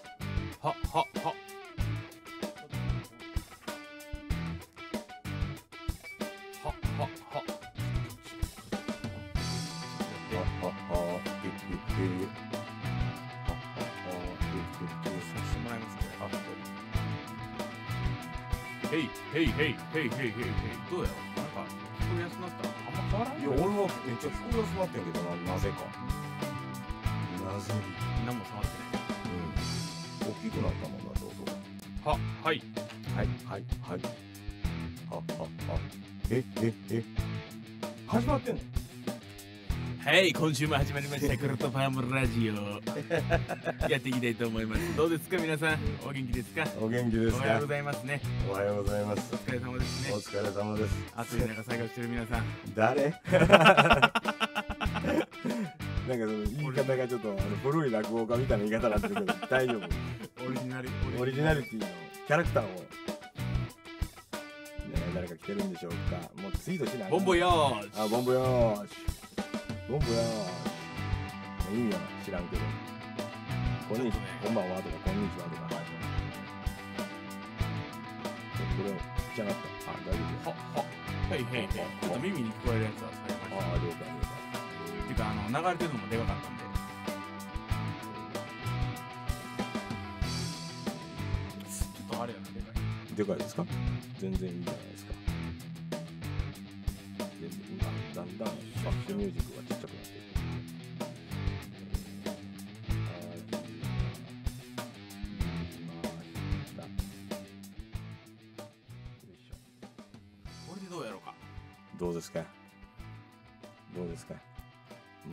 ははははははさせてはははへへへはははへへへもらいますねあへいへいへいへいへいへいへいどうやろうなんか聞こえやすくなったあんま変わらんいや俺もめっちゃ聞こえやすくなってんけどななぜかなぜ何も触ってないうん大きくなったもんなって音がははいはいはいはいはははえええ始まってんのはい、今週も始まりました、クルトファームラジオ。 やっていきたいと思います。どうですか、皆さん、お元気ですか。お元気でおはようございますね。おはようございますお疲れ様ですおね。疲れ様です暑い中作業してる皆さん。 誰なんかその言い方がちょっとあの古い落語家みたいな言い方になってるけど大丈オリジナル、夫オリジナリティのキャラクターを、ね、誰か来てるんでしょうかもうツイートしないボンボよよーあボンボよーしボンボよーしいいよ知らんけどこんにちちょっとねこんばんはとかこんにちはとかはいこれじゃなかったあ大丈夫はははいはいはい。ちょっと耳に聞こえるやつは下げましああ了解了た。っていうか、あの、流れてるのもでかかったんで。ちょっとあれやな、でかい。解でかいですか全然いいじゃないですか全然今だんだんバックミュージックがちっちゃくなっていくあーいいなよいしょこれでどうやろうか。どうですかどうですか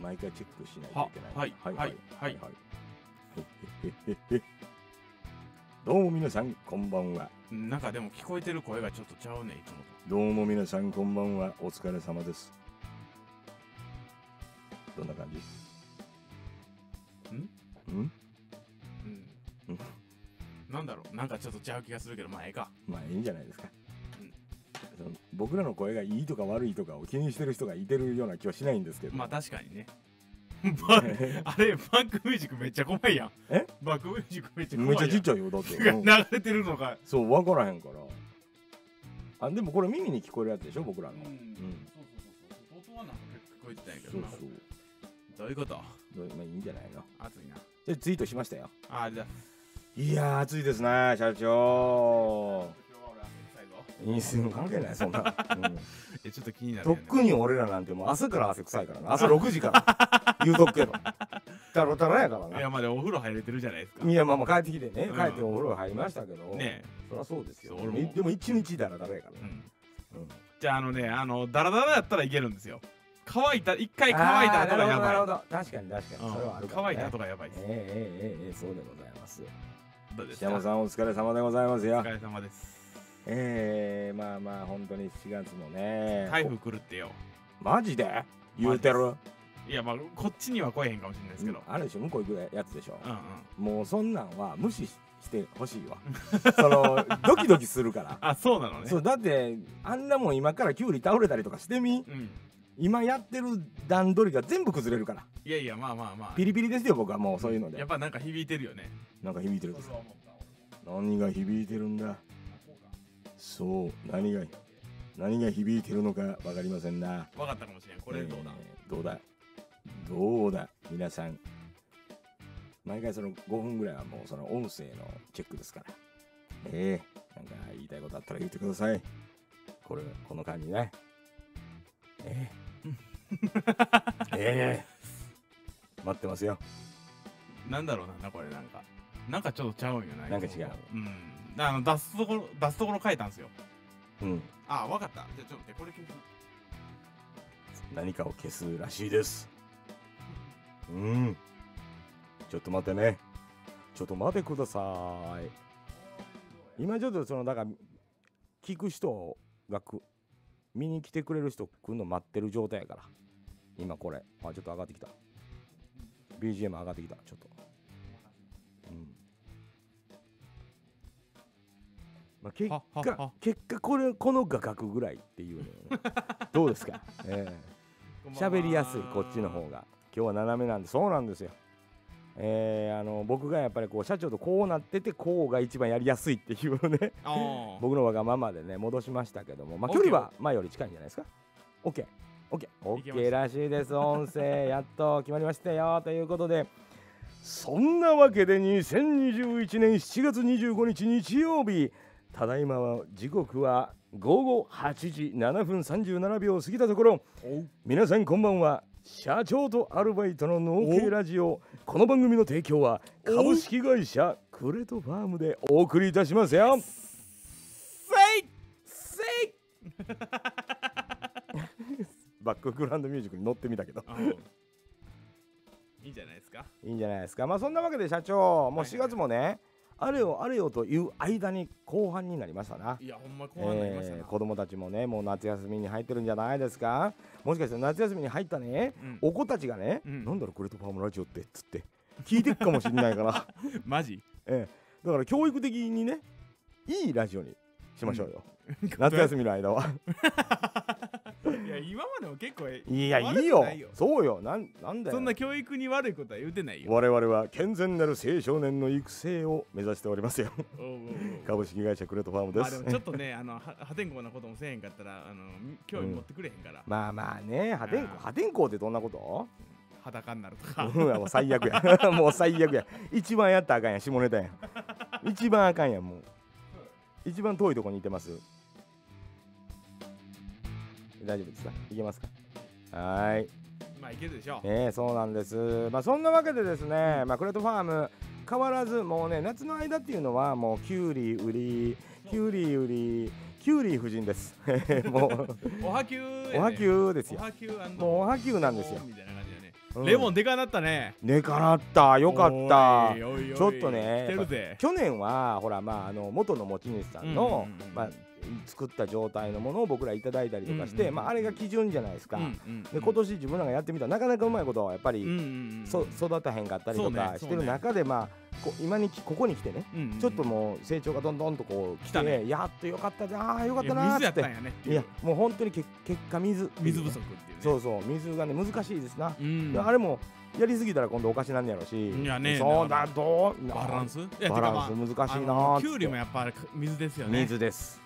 毎回チェックしないはといけなはい。いはいはいはいはいへへへへ どうも皆さん、こんばんは。なんかでも聞こえてる声がちょっとちゃうね、いつもと。どうも皆さん、こんばんは。お疲れ様です。どんな感じんううんん。なんだろう、なんかちょっとちゃう気がするけど、まあええか。まあ、いいんじゃないですかうん。その僕らの声がいいとか悪いとかを気にしてる人がいてるような気はしないんですけど。まあ確かにね。 バあれ、バックミュージックめっちゃ怖いやん。えバックミュージックめっちゃ怖いめっやん。ちゃちっちゃいよ、だって。 うんゃ 流れてるのが。そう、わからへんから。あ、でもこれ耳に聞こえるやつでしょ、僕らの。んそうそうそうそう。弟はなんか聞こえてたんやけそどうな。そう。どういうことどうまあ、いいんじゃないの熱いな。で、ツイートしましたよ。あ、じゃあ。いやー、暑いですね、社今長。日は俺汗臭いぞ陰性も関係ない、そんな。うんえ、ちょっと気になるとよっね。くに俺らなんてもう朝から汗臭いからな。朝6時から。 言うとくけど。タロタロやからいな。や、まあでもお風呂入れてるじゃないですか。いねや、まあまあ帰ってきてね、うん帰ってお風呂入りましたけど、え。そりゃそうですよ。そう俺もでも一日だらだらやからうね。んうんじゃああのね、あの、ダラダラやったらいけるんですよ。乾いた、一回乾いたあーな後るがほやど、ばないるほ。ど。確かに確かに。それはあうるんかも乾ねいた後がやばいです。ええええええそうでございます。どうです北か山さんお疲れ様でございますおよ疲。れ様です。ええまあまあ本当に7月もね。台風来るってよ。マジで言うてるいや、まあ、こっちには来えへんかもしれないですけど。あるでしょ向こう行くやつでしょう、んうん。もうそんなんは無視ししてほしいわそのドキドキする から、あ、そうなのね。そうだってあんなもん今からキュウリ倒れたりとかしてみうん。今やってる段取りが全部崩れるからいやいや、まあまあまあ。ピリピリですよ僕はもうそういうのでやっぱなんか響いてるよね。なんか響いてる何が響いてるんだそう何が何が響いてるのかわかりませんな分かったかもしれん。これどうだ、えーどうだどうだ皆さん毎回その5分ぐらいはもうその音声のチェックですからええなんか言いたいことあったら言ってくださいこれこの感じねえ えええ待ってますよなんだろうな、これなんか。なんかちょっとちゃうんよな。なんか違ううん。あの、出すところ、出すところ変えたんですよ。うんあ、分かった。じゃあちょっと待って、これ消す。何かを消すらしいですうんちょっと待ってねちょっと待ってください今ちょっとそのだから聞く人がく見に来てくれる人来るの待ってる状態やから今これあちょっと上がってきた BGM 上がってきたちょっとうんまあ、結ははは果結果これこの画角ぐらいっていうのよねどうですか ええこんばんは喋りやすいこっちの方。が今日は斜めなんでそうなんですよえーあの僕がやっぱりこう社長とこうなっててこうが一番やりやすいっていうねあ僕のわがままでね戻しましたけども、まあ、 OK 距離は前より近いんじゃないですか OK OK いけまし OK たらしいです音声やっと決まりましたよということでそんなわけで2021年7月25日日曜日ただいまは時刻は午後8時7分37秒を過ぎたところ皆さんこんばんは社長とアルバイトの農系ラジオこの番組の提供はお株式会社クレトファームでお送りいたしますよせいせいバックグラウンドミュージックに乗ってみたけどあーいいんじゃないですかいいんじゃないですかまあそんなわけで社は長もういはい4月もね、あれよあれよという間に後半になりましたないやほんま後半になりましたえなー、子供たちもねもう夏休みに入ってるんじゃないですかもしかして夏休みに入ったね、うんお子たちがね、うんなんだろクレートファームラジオってっつって聞いてくかもしれないから、マジええだから教育的にねいいラジオにしましょうよ、 夏休みの間はいや今までも結構えいや悪くいい よないよそうよなんなんだよそんな教育に悪いことは言うてないよ我々は健全なる青少年の育成を目指しており ますよおうおうおう株式会社クレートファームでまあですもちょっとねあのは破天荒なこともせえへんかったらあの興味持ってくれへんから、 まあまあね破あ天荒ー破天荒ってどん なこと裸になるとかうんもう最悪や もう最悪や一番やったらあかんやん下ネタやん一番あかんやんもう一番遠いとこにいてます大丈夫ですかいけますかはーいまあいけるでしょうねえそうなんですまあそんなわけでですね、まあ、クレートファーム変わらずもうね夏の間っていうのはもうキュウリ売りキュウリ売りキュウリ夫人です もうおはきゅうおはきゅうですおよはきゅうもうおはきゅうなんですよみたいな感じだね、うんレモンでかなったねねからったよかったおいおいおいちょっとね来てるぜ去年はほらまああの元の持ち主さんの、うんうんうんうんまあ、作った状態のものを僕らいただいたりとかして、うんうんうんまあ、あれが基準じゃないですか、うんうんうんで今年自分らがやってみたらなかなかうまいことはやっぱうんうり、んうんそ育たへんかったりとそうかねしてる中で、まあこ今にきここに来てねうんうんうんちょっともう成長がどんどんとこう来来て、たねやっとよかったじゃあーよかっいたやな水ーやっってたんやねっていいうやもう本当にけ結果水水不足っていうねそううそう水がね難しいですな、んであれもやりすぎたら今度おかしなんやろしいやねそうだどうバランスいやてかバランまスあ難しいあなのーっキつュっウてリもやっぱ水ですよね水です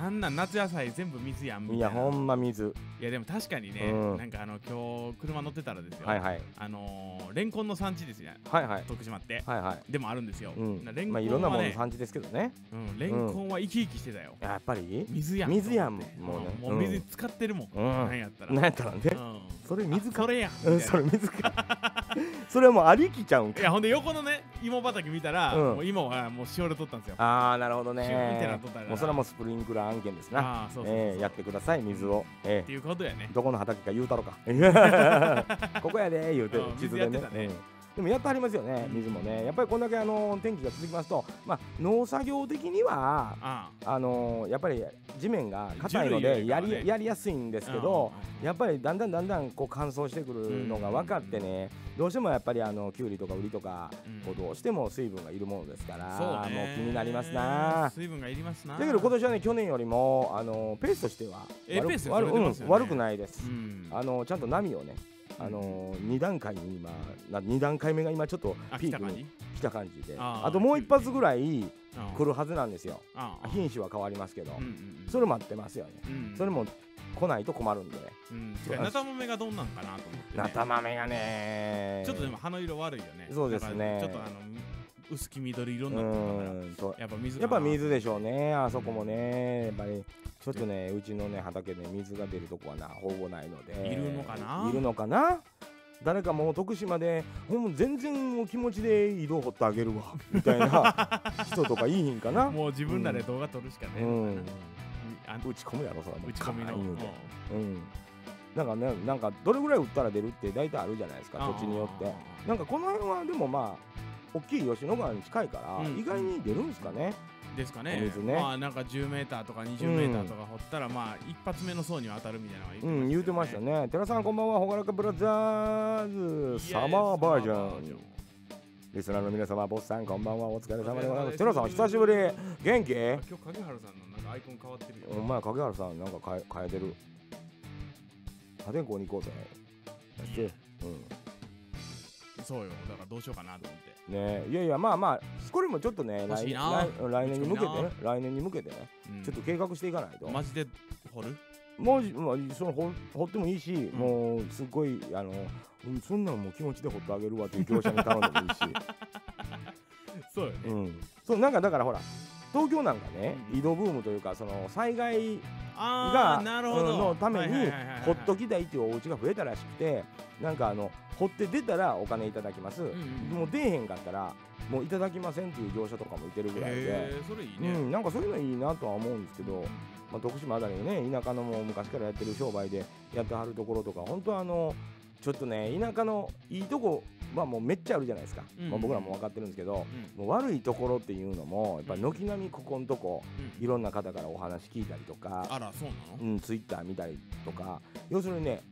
なんなん夏野菜全部水やんみたいいなやほんま水いやでも確かにね、うんなんかあの今日車乗ってたらですよ、はいはいあのー、レンコンの産地ですねはいはい徳島ってはいはいでもあるんですよ、うんなレンコンまは、あいねろんなものの産地ですけどねうん、レンコンは生き生きしてたよ、やっぱり水やん水やんと思ってもうねもう水使ってるもん、うんなんやったら、なんやったらねうんそれ水かあそれやんうんみたいそなれ水か それはもうありきちゃうんいかやほんで横のね芋畑見たら、うんもう芋はもうしおれとったんですよああなるほどシューンってなねっとったからもうそれはもうスプリンクラー案件ですなああそうそうそうそう、ええやってください水をえっえていうことやねどこの畑か言うた ろかここやで言うてうん地図で水やねってたねうんでもやっとありますよねうん水もねやっぱりこんだけあの天気が続きますとまあ農作業的にはあああのーやっぱり地面が硬いのジュルでリーやよりかはねりやりやすいんですけど、やっぱりだんだんだんだんこう乾燥してくるのが分かってね、どうしてもやっぱりあのキュウリとかウリとか、うんこうどうしても水分がいるものですからそうねもう気になりますな。水分がいりますなだけど今年はね去年よりもあのーペースとしてはえ悪くペース悪,、それ出ますよね悪くないですう、んあのーちゃんと波をねあの2段階に今な二段階目が今ちょっとあ来ピーたク感にじ来た感じでああーともう一発ぐらい来来るはずなんですよああ品種は変わりますけど、うんうんうんそれ待ってますよね。うんそれも来ないと困るんでね。うんてかなたもめがどんなんかなと思ってねなたまめがね。ちょっとでも葉の色悪いよねそうですねだからちょっとあの薄黄緑色うになってるからーんと。やっぱ水やっぱ水ででしょうね、あそこもね、やっぱりちょっとね、うちのね、畑で水が出るとこはな、ほぼないので、いるのかないるのかな誰かもう徳島で、ほんま全然お気持ちで井戸掘ってあげるわ、みた いな人とかいいひんかな、もう自分らで動画撮るしかねうえのん、かなあの打ち込むやろ、それも打ち込みのカーン言うてううん、なんかねなんかどれぐらい売ったら出るって大体あるじゃないですかあー土地によってなんかこの辺はでもまあ大きい吉野川に近いかうら、ん意外に出るんですかね、んですかおね水ねまあなんか10メーターとか20メーターとか掘ったらまあ一発目の層には当たるみたいなのはうん言うてましたね寺さんこんばんはほがらかブラザーズイエサマーバージサマョーンリスナーの皆様ボスさんこんばんはお疲れ様でございお疲れ様ますです寺さん久しぶりあ元気今日影原さんのなんかアイコン変わってるよお前影原さんなんか変え変えてる破天荒に行こうぜやってうんそうよだからどうしようかなと思ってねいやいやまあまあこれもちょっとね欲し来いな来来年に向けて欲しいね来年に向けてね、うんちょっと計画していかないとマジで掘るもうじまあ、その掘掘ってもいいし、んもうすっごいあの、うん、そんなんもう気持ちで掘ってあげるわっていう業者に頼んでもいいし、 そうようん、そうなんかだからほら東京なんかね、うん移動ブームというかその災害あがあなるほどうんのためはいにはいはいはいほっときたいっていうお家が増えたらしくてなんかあの掘って出たらお金いただきます、うんうんもう出えへんかったらもういただきませんっていう業者とかもいてるぐらいで、へえそれいいうねん、なんかそういうのいいなとは思うんですけど、まあ、徳島あたりのね田舎のもう昔からやってる商売でやってはるところとか本当あのちょっとね田舎のいいとこはもうめっちゃあるじゃないですか、うんまあ、僕らも分かってるんですけどうんもう悪いところっていうのもやっぱ軒並みここんとこうんいろんな方からお話聞いたりとか、あらそうなうのん、ツイッター見たりとか要するにね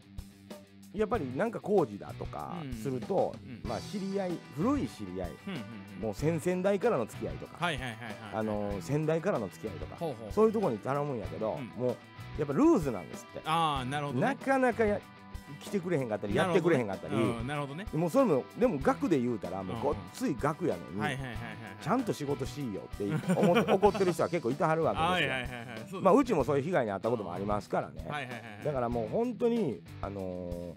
やっぱりなんか工事だとかうんすると、うんまあ知り合い古い知り合いうんうんうんもう先々代からの付き合いとか、はいはいはいはいあの先代からの付き合いとかほうほうそういうところに頼むんやけど、うんもうやっぱルーズなんですってああなるほどねなかなかや来てくれへんかったりやってくれへんかったり、うんなるほどねもうそれもでも額で言うたらもううんごっつい額やのに、はいはいはいはいはいちゃんと仕事しいよ って思って怒ってる人は結構いたはるわけはでいすよ、はいはいはいそうまあ、うちもそういう被害に遭ったこともありますからね、はいはいはいはいだからもう本当に、あのうんうんうんー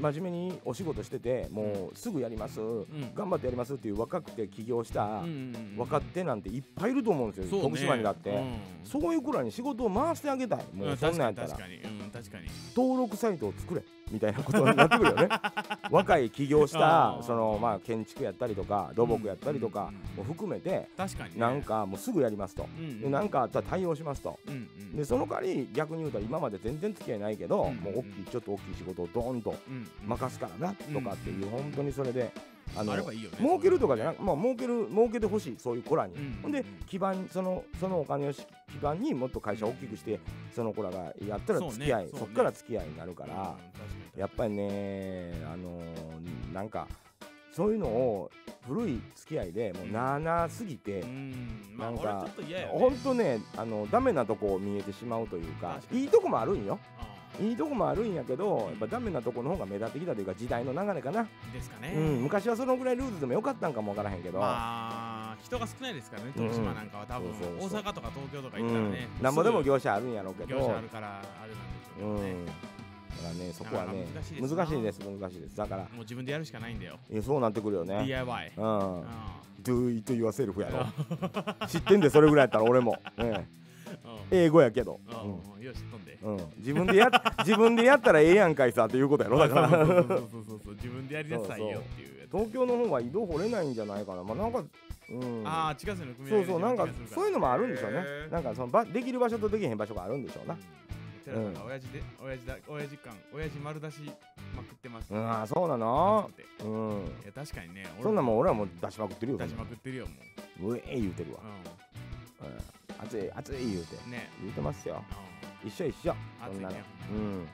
真面目にお仕事しててもうすぐやります、ん頑張ってやりますっていう若くて起業したうんうんうん若手なんていっぱいいると思うんですよ、徳島にだって。うんそういう子らに仕事を回してあげたい。もうそんなんやったら確かに確かにうん確かに登録サイトを作れみたいなことになってくるよね。若い起業 しあたーそのまあ建築やったりとか土木やったりとうかんも含めて確かにねなんかもうすぐやりますと。うんうんでなんかあったら対応しますと。うんうんでその代わり逆に言うと今まで全然付き合いないけどうんもう大きいちょっと大きい仕事をドーンとうん任すからなとかっていう本当にそれでああのればいいよね儲けるとかじゃなくく、まあ、儲ける儲けてほしいそういう子らに、うんほんで基盤そのそのお金をし基盤にもっと会社を大きくして、その子らがやったらそうね付き合いそ,、そうねっから付き合いになるから、やっぱりねあのーなんかそういうのを古い付き合いでもううん7過ぎて、うんまあなん俺かちょっと嫌やほんとねあのダメなとこを見えてしまうというか確かにいいとこもあるんよあいいとこもあるんやけどうんやっぱダメなとこの方が目立ってきたというか時代の流れかな、ーですかねうん、昔はそのぐらいルーズでもよかったんかもわからへんけど、まあ人が少ないですからね徳島なんかは多分そうそう大そう阪とか東京とかう行ったらねん、なんぼでもすぐ業者あるんやろうけど業者あるからあれなんでしょううけどねんだからねそこはねなかなか難しいですな難しいです難しいですだからもう自分でやるしかないんだよいやそうなってくるよね DIY うんうん Do it yourself やろ知ってんでそれぐらいやったら俺も、ね、英語やけど、うんうんよし飛ん でうんうん、自分でや自分でやったらええやんかいさっていうことやろだかそうらそうそうそうそう自分でやりなさいよっていうやつ東京の方は移動掘れないんじゃないかなまあなんかうんああ地下水の組みそ合うわそうなんかそういうのもあるんでしょうねななんかそのばできる場所とできへん場所があるんでしょうな寺田が親父で親父だ親父感親父丸出しまくってますうんああそうなあのうんいや確かにねそんなんもう俺はもう出しまくってるよ出しまくってるよもううえー言うてるわ、うん、熱い熱い言うてうんね言うてますよう一緒一緒んそ熱んいなのねうん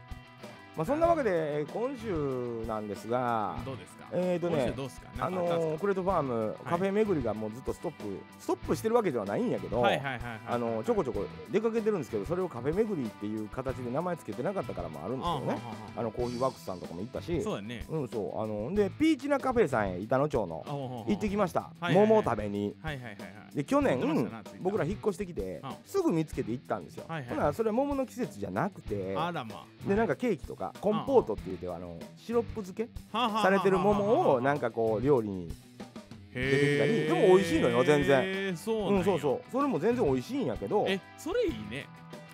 まあそんなわけでえー今週なんですがどうですかえーとね今週どうですかなあんかったんのーすクレートファームカフェ巡りがもうずっとストップストップしてるわけではないんやけかどはいはいはいはいあのーちょこちょこ出かけてるんですけどそれをカフェ巡りっていう形で名前つけてなかったからもあるんですあけどねああのコーヒーワークスさんとかも行ったしそうだねうんそうあのーでピーチナカフェさんへ板野町のあほうほうほう行ってきましたはいはいはい桃を食べにはいはいはいはいで去年言ってましたなツイッター僕ら引っ越してきてうんすぐ見つけて行ったんですよ、はいはいほなそれは桃の季節じゃなくてあらまでなんかケーキとかコンポートっていうてあのシロップ漬けあされてる桃をなんかかこう料理に出てきたりでも美味しいのよ全然然そううなんんやそうそうそれも全然美味しいんやけどえそれいいね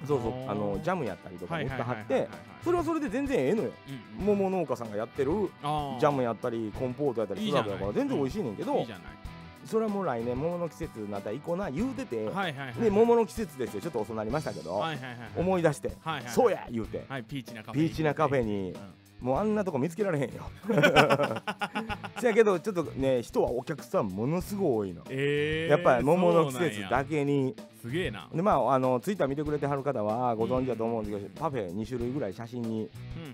そうそうあーあのジャムやったりとかも売ってはっはいはいてそれはそれで全然ええのよ桃農家さんがやってるジャムやったりコンポートやったりするわけだかいらいじゃない全然美味しいねんけけいいどじゃないそれはもう来年桃の季節になったらいいこな言うててはいはいはいで桃の季節ですよちょっと遅なりましたけどはいはいはいはい思い出してはいはいそうや言うてはいピーチなカフピェーチなカフェにもうあんなとこ見つけられへ んよせやけどちょっとね人はお客さんものすごい多いのえーやっぱり桃の季そうな節んやだけにすげえなでまああのツイッター見てくれてはる方はご存知だと思うんですけどパフェ2種類ぐらい写真に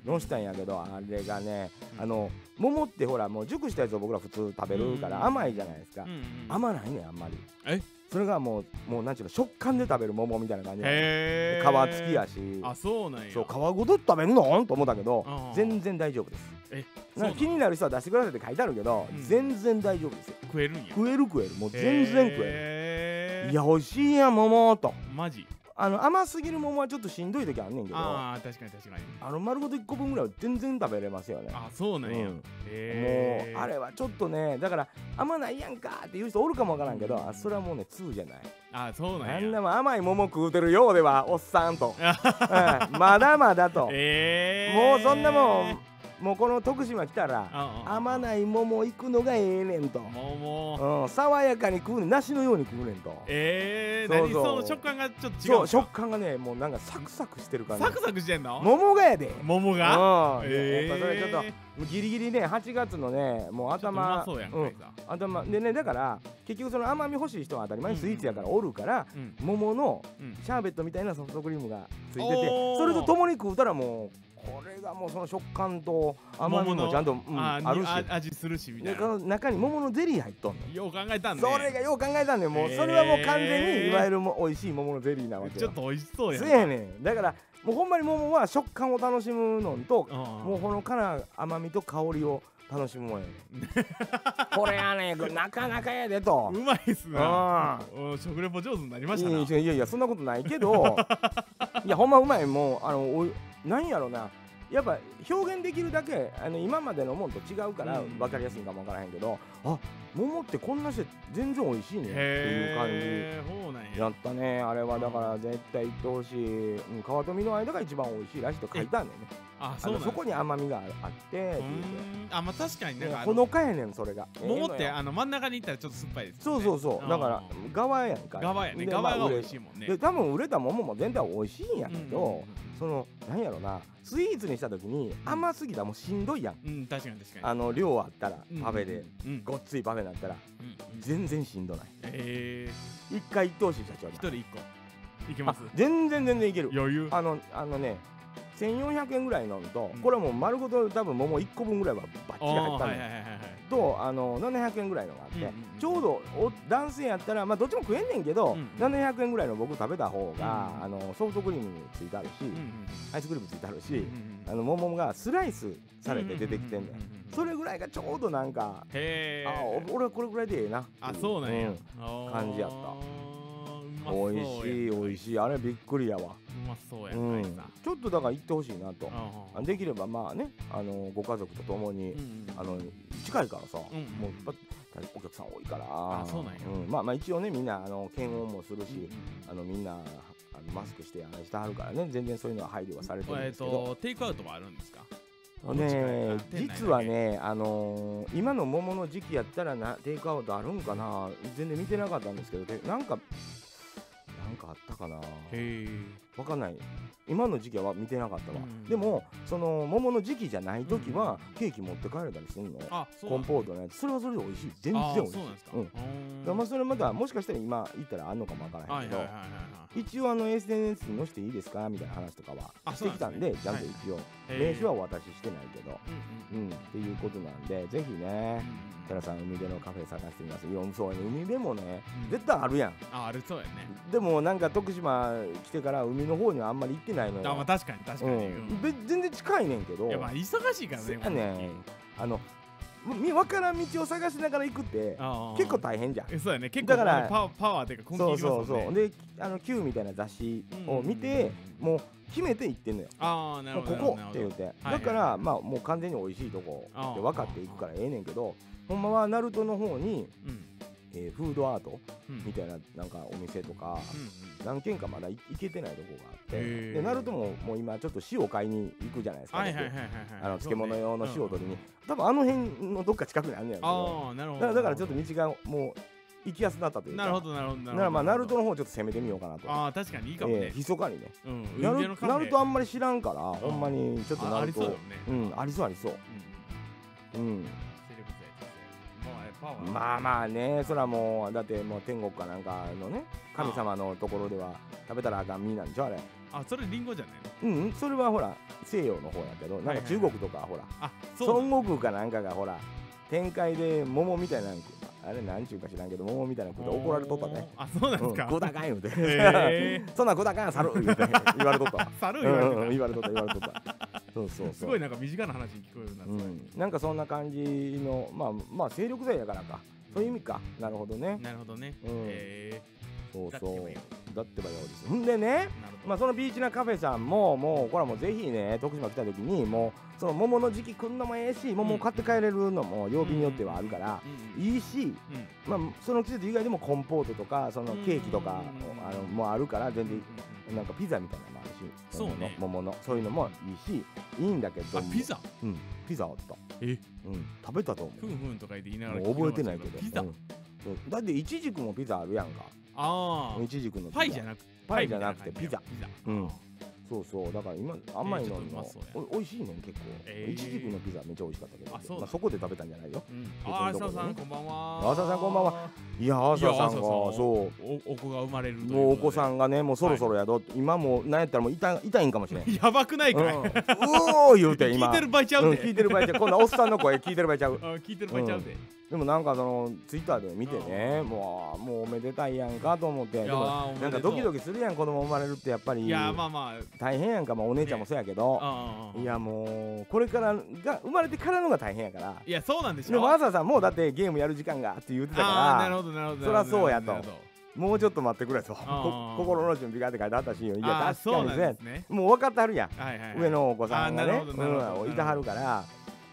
うん載せたんやけどあれがねうんあの桃ってほらもう熟したやつを僕ら普通食べるかうんら甘いじゃないですかうんうん甘ないねあんまりえそれがもうもうなんちゅうの食感で食べる桃みたいな感じなのへでえ皮付きやしあそうなんやそう皮ごと食べんのと思ったけどうん全然大丈夫ですえなんか気になる人は出してくださいって書いてあるけど、うん全然大丈夫ですよ食えるんや食える食えるもう全然食ええる、いや欲しいやん桃とマジあの甘すぎる桃はちょっとしんどい時あんねんけどあああ確かに確かにの丸ごと1個分ぐらいは全然食べれますよねあそうなんや、うんもえうあれはちょっとねだから甘ないやんかっていう人おるかもわからんけどあそれはもうね2じゃないあそうなんやあんなもん甘い桃食うてるようではおっさんと、うんまだまだと、えもうそんなもあんもうこの徳島来たらあ甘ない桃行くのがええねんと、もうもううん、爽やかに食うねん梨のように食うねんとえー、そう何そうその食感がちょっと違うそのう食感がねもうなんかサクサクしてる感じサクサクしてんの桃がやで桃うがん、やっぱそれちょっとギリギリね8月のねもうちょっとうま頭そうやんかうんいさ頭でねだから結局その甘み欲しい人は当たり前にスイーツやからおるから、うん桃のうんシャーベットみたいなソフトクリームがついてておーそれと共に食うたらもうこれがもうその食感と甘み桃ものちゃんと、うんああーるにしあ味するしみたでいこなの中に桃のゼリー入っとんの、よう考えたんねそれがよう考えたんだよもうそれはもう完全にいわゆるもう美味しい桃のゼリーなわけよちょっと美味しそうやんそうやねんだからもうほんまに桃は食感を楽しむのんともうもほのかな甘みと香りを楽 しむもんやねんこれやねんなかなかやでとううまいっすなあうん食レポ上手になりあまいしたなやいやいやそんなことない けどいやほんまうまいもうあのおいなんやろなやっぱ表現できるだけあの今までのもんと違うからうん分かりやすいんかも分からへんけど、あ桃ってこんなして全然美味しいねっていう感じへえそうなんややったねあれはだから絶対行ってほしい、うん、川富の間が一番美味しいらしいと書いたんだよねああそうなんのそやこに甘みがあってうーんあまあ確かになんねかあほののかやねんそれが桃っええのてよあの真ん中にいったらちょっと酸っぱいですそうそうそうだから側やんか側やねで側まがあ美売れ味しいもんねで多分売れた桃も全体は美味しいんやけど、うんうんそのなんやろなスイーツにした時に甘すぎたらもうしんどいやんうん、確かに確かあの量あったらに。パフェで、うん。うんごっついパフェになったらうんうん全然しんどないえ一回行ってほしい社長ー、に一人一個。いけまあす。全然全然いける余裕。あのあのね1400円ぐらいのと、うんこれはもう丸ごと多分桃1個分ぐらいはバッチリ入ったーの、はいはいはいはい。とあの700円ぐらいのがあって、うんうんうんちょうどお男性やったらまあどっちも食えんねんけど、うんうん700円ぐらいの僕食べた方が、うんあのソフトクリームについてあるし、うんうんアイスクリームついてあるし、うんうんあの桃がスライスされて出てきてんねん,、ううううそれぐらいがちょうどなんか、へあー。お俺はこれぐらいでええなあ、そうなんや。感じやったたおいしいおいしいあれびっくりやわ、うまそうやうな。んいさちょっとだから行ってほしいなと、あーできればまあねあのご家族と共に、うんうんあの近いからさ、うんうんもうやっぱお客さん多いからあそうなんやまあまあ一応ねみんなあの検温もするし、うんうんあのみんなあのマスクしてやらしてはるからね全然そういうのは配慮はされてるんえでっすけど、と、テイクアウトもあるんですかお持ち帰りねあ店内だけ実はね、あのー今の桃の時期やったらなテイクアウトあるんかな全然見てなかったんですけどでなんかなんかあったかなへえ。わかんない今の時期は見てなかったわ、うんでもその桃の時期じゃない時はケーキ持って帰れたりするの、あ、そうコなンんポートのやつそれはそれで美味しい全然あ美ー味しそいうなんですか。うんうーんだからまあそれまたもしかしたら今行ったらあんのかもわからはないいはいけはいど、はいはい。一応あの SNS に載せていいですかみたいな話とかはあしてきたんそうなんでですちゃねんと一応はい名刺はお渡ししてないけど、うんうんうんっていうことなんでぜひうんうねん寺さん海辺のカフェ探してみますいやそうね海辺もねうん絶対あるやんああるそうやねでもなんか徳島来てから海の方にはあんまり行ってないのよあまあ確かに確かうに、うんん、べ全然近いねんけどいやまあ忙しいからせねやねんあのみ分からん道を探しながら行くって結構大大変じゃんそうやね結構だからパワーパワーっていうか根気そいうりそまうすもんねそうであの Q みたいな雑誌を見てうんもう決めて行ってんのよああなるもうほどこなるほこどって言うてはいだからまあもう完全に美味しいとこあってー分かっていくからええねんけどほんまは鳴門の方にうんえーフードアートうんうんみたいななんかお店とかうん何軒かまだい行けてないとこがあっへてーで鳴門ももう今ちょっと塩買いに行くじゃないですかはいはいはい僕はいはいあの漬物用の塩を取りそうに、ね多分あの辺のどっか近くにあるんやけうんどああなるほどだからだからちょっと道がもう行きやすくなったというかなるほどなるほどなるだほどからまあナルトのの方ちょっと攻めてみようかなとああ確かにいいかもええね、密かにねうん海ナ辺ルのナルトああんまり知らんからほんまにちょっとあナあルりそうだトもんねうんありそうありそううんうんうんセレブ剤とかねもうあれパワーまあまあねそらもうだってもう天国かなんかのね神様のところでは食べたらあかん身なんでしょあれあそれリンゴじゃないのうんうんそれはほら西洋の方やけどなんか中国とかほらあそうなんだ孫悟空かなんかがほら展開で桃みたいなの食うあれなんちゅうか知らんけど桃みたいなの食うて怒られとったねおーあそうなんうでんすか、ゴダカン言うて、へ そんなんゴダカン猿言うて言われとったわ、猿う 言われてたんうん、言われとった言われとったそうそうそうすごいなんか身近な話に聞こえるな、うん、なんかそんな感じのまあまあ精力剤やからかそういう意味かなるほどねなるほどね、うんえそうだってそばうよだってばようですほんでねー、なるほど、まあそのビーチなカフェさんももうこれはもうぜひね徳島来た時にもうその桃の時期来んのもええし桃を買って帰れるのも曜日によってはあるからうんうんいいしうんまあその季節以外でもコンポートとかそのケーキとかうんあのもあるから全うんうん然なんかピザみたいなのもあるしそうねの桃のそういうのもいいしいいんだけどあもピザうんピザあったえうん食べたと思ふんふんとか言って言いながうらもう覚えてないけ聞どきましピたザうんそうだってイチジクもピザあるやんかあイチジクのあパイじゃなくなくてパイじゃなくてピザピザうんそうそうだから今甘いのえーちょっとうまもそうやお美味しいねん結構えーイチジクのピザめっちゃ美味しかったけどあそうだまあそこで食べたんじゃないようん、ああ、別浅の田とこさろねん、こんばんは。浅田さんこんばんは。いやーいや朝さんが朝さんそお、お子が生まれるといううことで。もうお子さんがねもうそろそろやどって今もうなんやったらもう痛い痛いんかもしれんうんやばくないかい。うおー言うて今聞いてる場合ちゃうんうで。聞いてる場合ちゃうこんなおっさんの声聞いてる場合ちゃうあ聞いてる場合ちゃうで。でもなんかそのツイッターで見てねもうもうおめでたいやんかと思っていでやーもおめでとうなんかドキドキするやん子供生まれるってやっぱりいや、まあま大変やんか、まあ、お姉ちゃんもそうやけあ。ど、ああい。やもうこれからが生まれてからのが大変やからいや、そうなんでしでょも朝さんもうだってゲームやる時間がって言ってたああ、なるかほど、なるほど。そらそうやとなるほどらもうちょっと待ってくれとこあー心の準備がって書いてあったしいやああ、確そかうになんねですね。もう分かってはるやんはいはいはい。上のお子さんがあーなねるほどなるほどうんいてはるから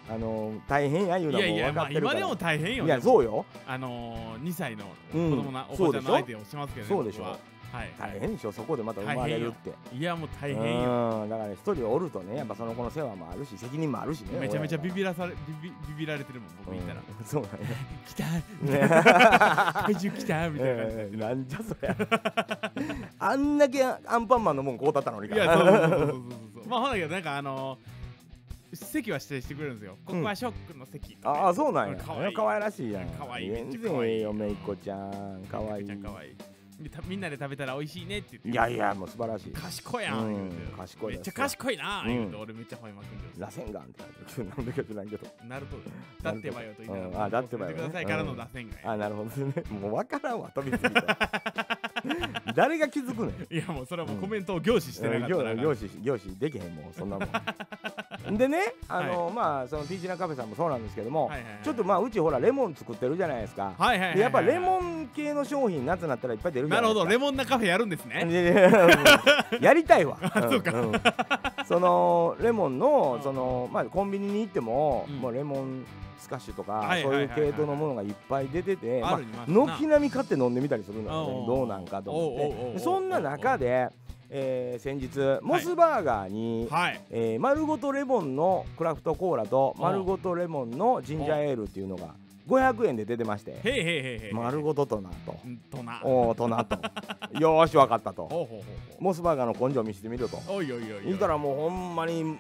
あの大変やいうのいやはいもうや、分かまあ、ってるか今らでも大変よ。いやでもそうよあのー、2歳の子うん供な、お子ちゃんのそう相で手をしますけどね。そうでしょ僕ははい。大変でしょそこでまた生まれるっていや、もう大変よ。うんだから一人おるとねやっぱその子の世話もあるし責任もあるしねめちゃめちゃビビビらされ、ビビ、ビビられてるもん、僕言ったら。そう来たなんやね 体重来たみたいな感じえーなんじゃそりゃあんだけアンパンマンのもんこうだったのにかいや、そうそうそうそうそうそう。まあ、ほんだけど、なんか、あのー、席は指定してくれるんですよ。ここはショックの席。 ああそうなんやかわいい。可愛らしいやん可愛いめっ全ちゃ然可愛いええよめいこちゃん可愛いめちゃくちゃ可愛いでたみんなで食べたら美味しいねって言って。いやいや。もう素晴らしい賢いやん。言うてうん賢いめですっちゃ賢いな。うん言うて俺めっちゃ吠えまくるんですよ螺旋丸って書いてあるなんだか知らんけどな ると。だってばよと言いながうんら。あだってばよねくださいからの打線があなるほどねもう分からんわ飛びすぎて 誰が気づくねんいや、もうそれはもうコメントを凝視してなかったから。業師業師できへんもんそんなも んでねあの、まあそのピーチナカフェさんもそうなんですけども、はいはいはいちょっとまあうちほらレモン作ってるじゃないですか、はいはいはいはい。でやっぱレン。モン系の商品夏になったらいっぱい出るじゃななるいほど、ですかレモンなカフェやるんですね。モン やりたいわそうか、んそのレモンのうんそのまあコンビニに行っても、うんもうレモンスカッシュとか、はいそはういはいいうはい系統のものがいっぱい出てて、あまるにまあ、すな軒並み買って飲んでみたりするのおうよおねうどうなんかとおうおうおう思おっうおてうそんな中で、えー先日モスバーガーに、はい。えー丸ごとレモンのクラフトコーラと丸ごとレモンのジンジャーエールっていうのが500円で出てましてへいへいへいへい。丸ごととなとうんとな。ほうおおとなとよーしわかったほとうほうほう。モスバーガーの根性見せてみるとおいおいおいおい見たらもうほんまにも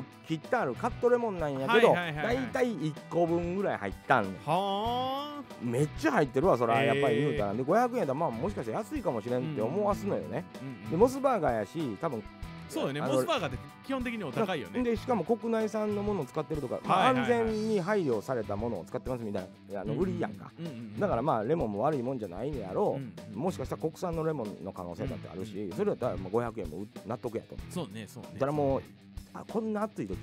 う切ってあるカットレモンなんやけどはいはいはいはい大体1個分ぐらい入ったんはあめっちゃ入ってるわそれはへーやっぱり言うたらで500円だまあもしかしたら安いかもしれんって思わすのよね、うんうんでモスバーガーやし多分そうよねあのモスバーガーって基本的にお高いよねでしかも国内産のものを使ってるとか、まあはいはいはい安全に配慮されたものを使ってますみたいなあの売りやんか、うんうんうんだからまあレモンも悪いもんじゃないんやろう、うんうんもしかしたら国産のレモンの可能性だってあるし、それだったらまあ500円もう納得やとそうねそうねだからもうあこんな暑い時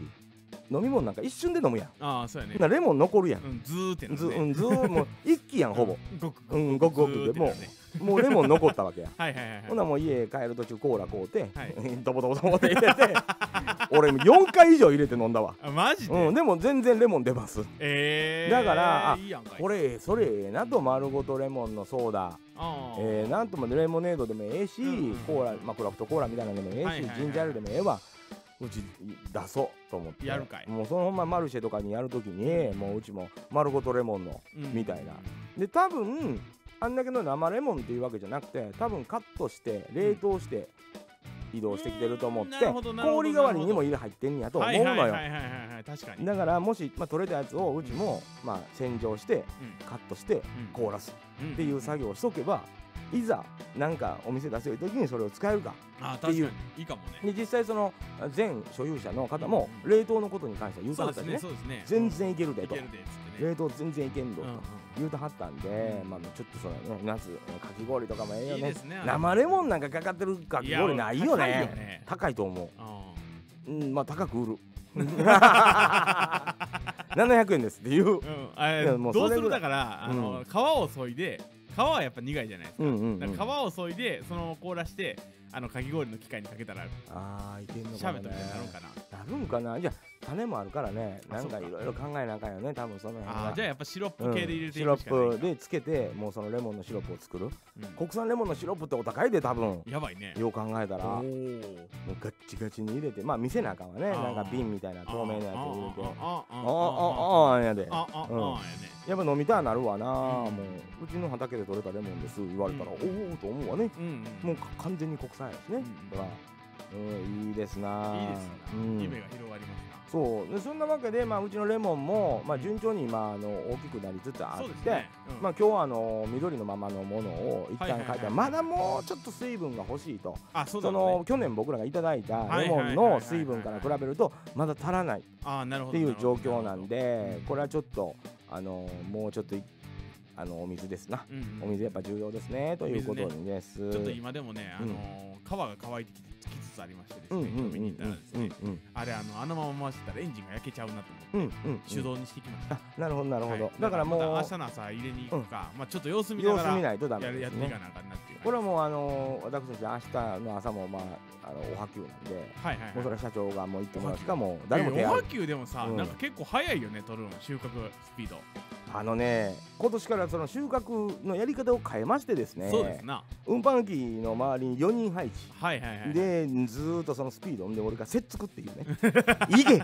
飲み物なんか一瞬で飲むやんああそうやねほんならレモン残るやんうんずーってなず,、るねうん、ずーもう一 気やんほぼごくごくうんごくごくずーでってなもるねうもうレモン残ったわけや はいはいはいはいほなもう家帰る途中コーラ買うて、はい ドボドボドボって入れて 俺4回以上入れて飲んだわあマジうでん、でも全然レモン出ますえーだからあいいやんかいこれそれええなと丸ごとレモンのソーダあーえー、なんともレモネードでもええし、うんうんコーラ、まあ、クラフトコーラみたいなのでもええし、はいはいはいジンジャーエールでもええわうち出そうと思ってやるかいもうそのほんまマルシェとかにやるときにもううちも丸ごとレモンのうんみたいなで多分あんだけの生レモンっていうわけじゃなくて多分カットして冷凍して移動してきてると思っうんなて、るほどなるほど氷代わりにも入れ入ってんやと思うはのいよ、はいはいはいはいはい確かにだからもし、まあ、取れたやつをうちも、まあ、洗浄してうカットしてん凍らすうんっていう作業をしとけばいざなんかお店出せる時にそれを使えるかあーてい確うかにいいかもねで実際その前所有者の方もうん冷凍のことに関しては言うそたうはでったすねそんでねうですね全然いけるでいとけるでっつってね冷凍全然いけんどうとんうん言うたはったんでうんまあちょっとそのね夏かき氷とかもええよいいでねすね生レモンなんかかかってるかき氷ないやよ高いよねね高いと思あ ううんまあ高く売る 700円ですっていううん、あれいやもうどうそすれぐるらいだからあの、うん皮を削いで皮はやっぱ苦いじゃないですか,、うんうんうんだから皮を削いでそのまま凍らしてあのかき氷の機械にかけたらああいけんのシかャーなベットみたいになるんかななるんかないや種もあるからねあなんそかうかいろいろ考えなあかんよね多分その辺はあーじゃあやっぱシロップうん系で入れていシくロしかないップか、でつけてもうそのレモンのシロップを作るうん国産レモンのシロップってお高いで多分やばいねよう考えたらおもうーガッチガチに入れてまあ見せなあかんわねあーなんか瓶みたいな透明なやつを入れてあああああああああやでああああうんああやねやっぱ飲みたいなるわなもうんううちの畑で採れたレモンです言われたらおうおんーと思うわねうんうんもうか完全に国産やしねうんほらうんいいですないいいですうんね夢が広がりますなそうでそんなわけで、まあ、うちのレモンも、まあ、順調に今あの大きくなりつつあそうっですて、ね、うんまあ、今日はあの緑のままのものを一旦はいはい書はいいて、はいまだもうちょっと水分が欲しいとあそそ,、うだねの去年僕らがいただいたレモンはいはいはいはいはいはのい水分から比べるとまだ足らないっあーなるほてどいう状況なんなるでほどこれはちょっとあのもうちょっといあのお水ですなうんうんお水やっぱ重要ですねということにです。ちょっと今でもね、あうんのー、皮が乾いてききつつありましてですうんうんね、うん今日見に行ったらですうね、んうんあれあの、あのまま回してたらエンジンが焼けちゃうなと思って、うんうん手動にしてきました。なるほどなるほど、はいだからもうまた明日の朝入れに行くか、まあちょっと様子見な様が子ら見やないとダメるでやすっていねか。なあかんなっていう。これはもうあの私たち明日の朝もまああのお波及なんで、はいはいもはうそれい。は社長がもう行ってもらうしかもう誰もえ手おは配きゅうでもさ、うんなんか結構早いよね、取るの、収穫スピード。あのね今年からその収穫のやり方を変えましてですねそうですな。運搬機の周りに4人配置はいはいはい。でずーっとそのスピードで俺が「せっつく」っていうね 「いけ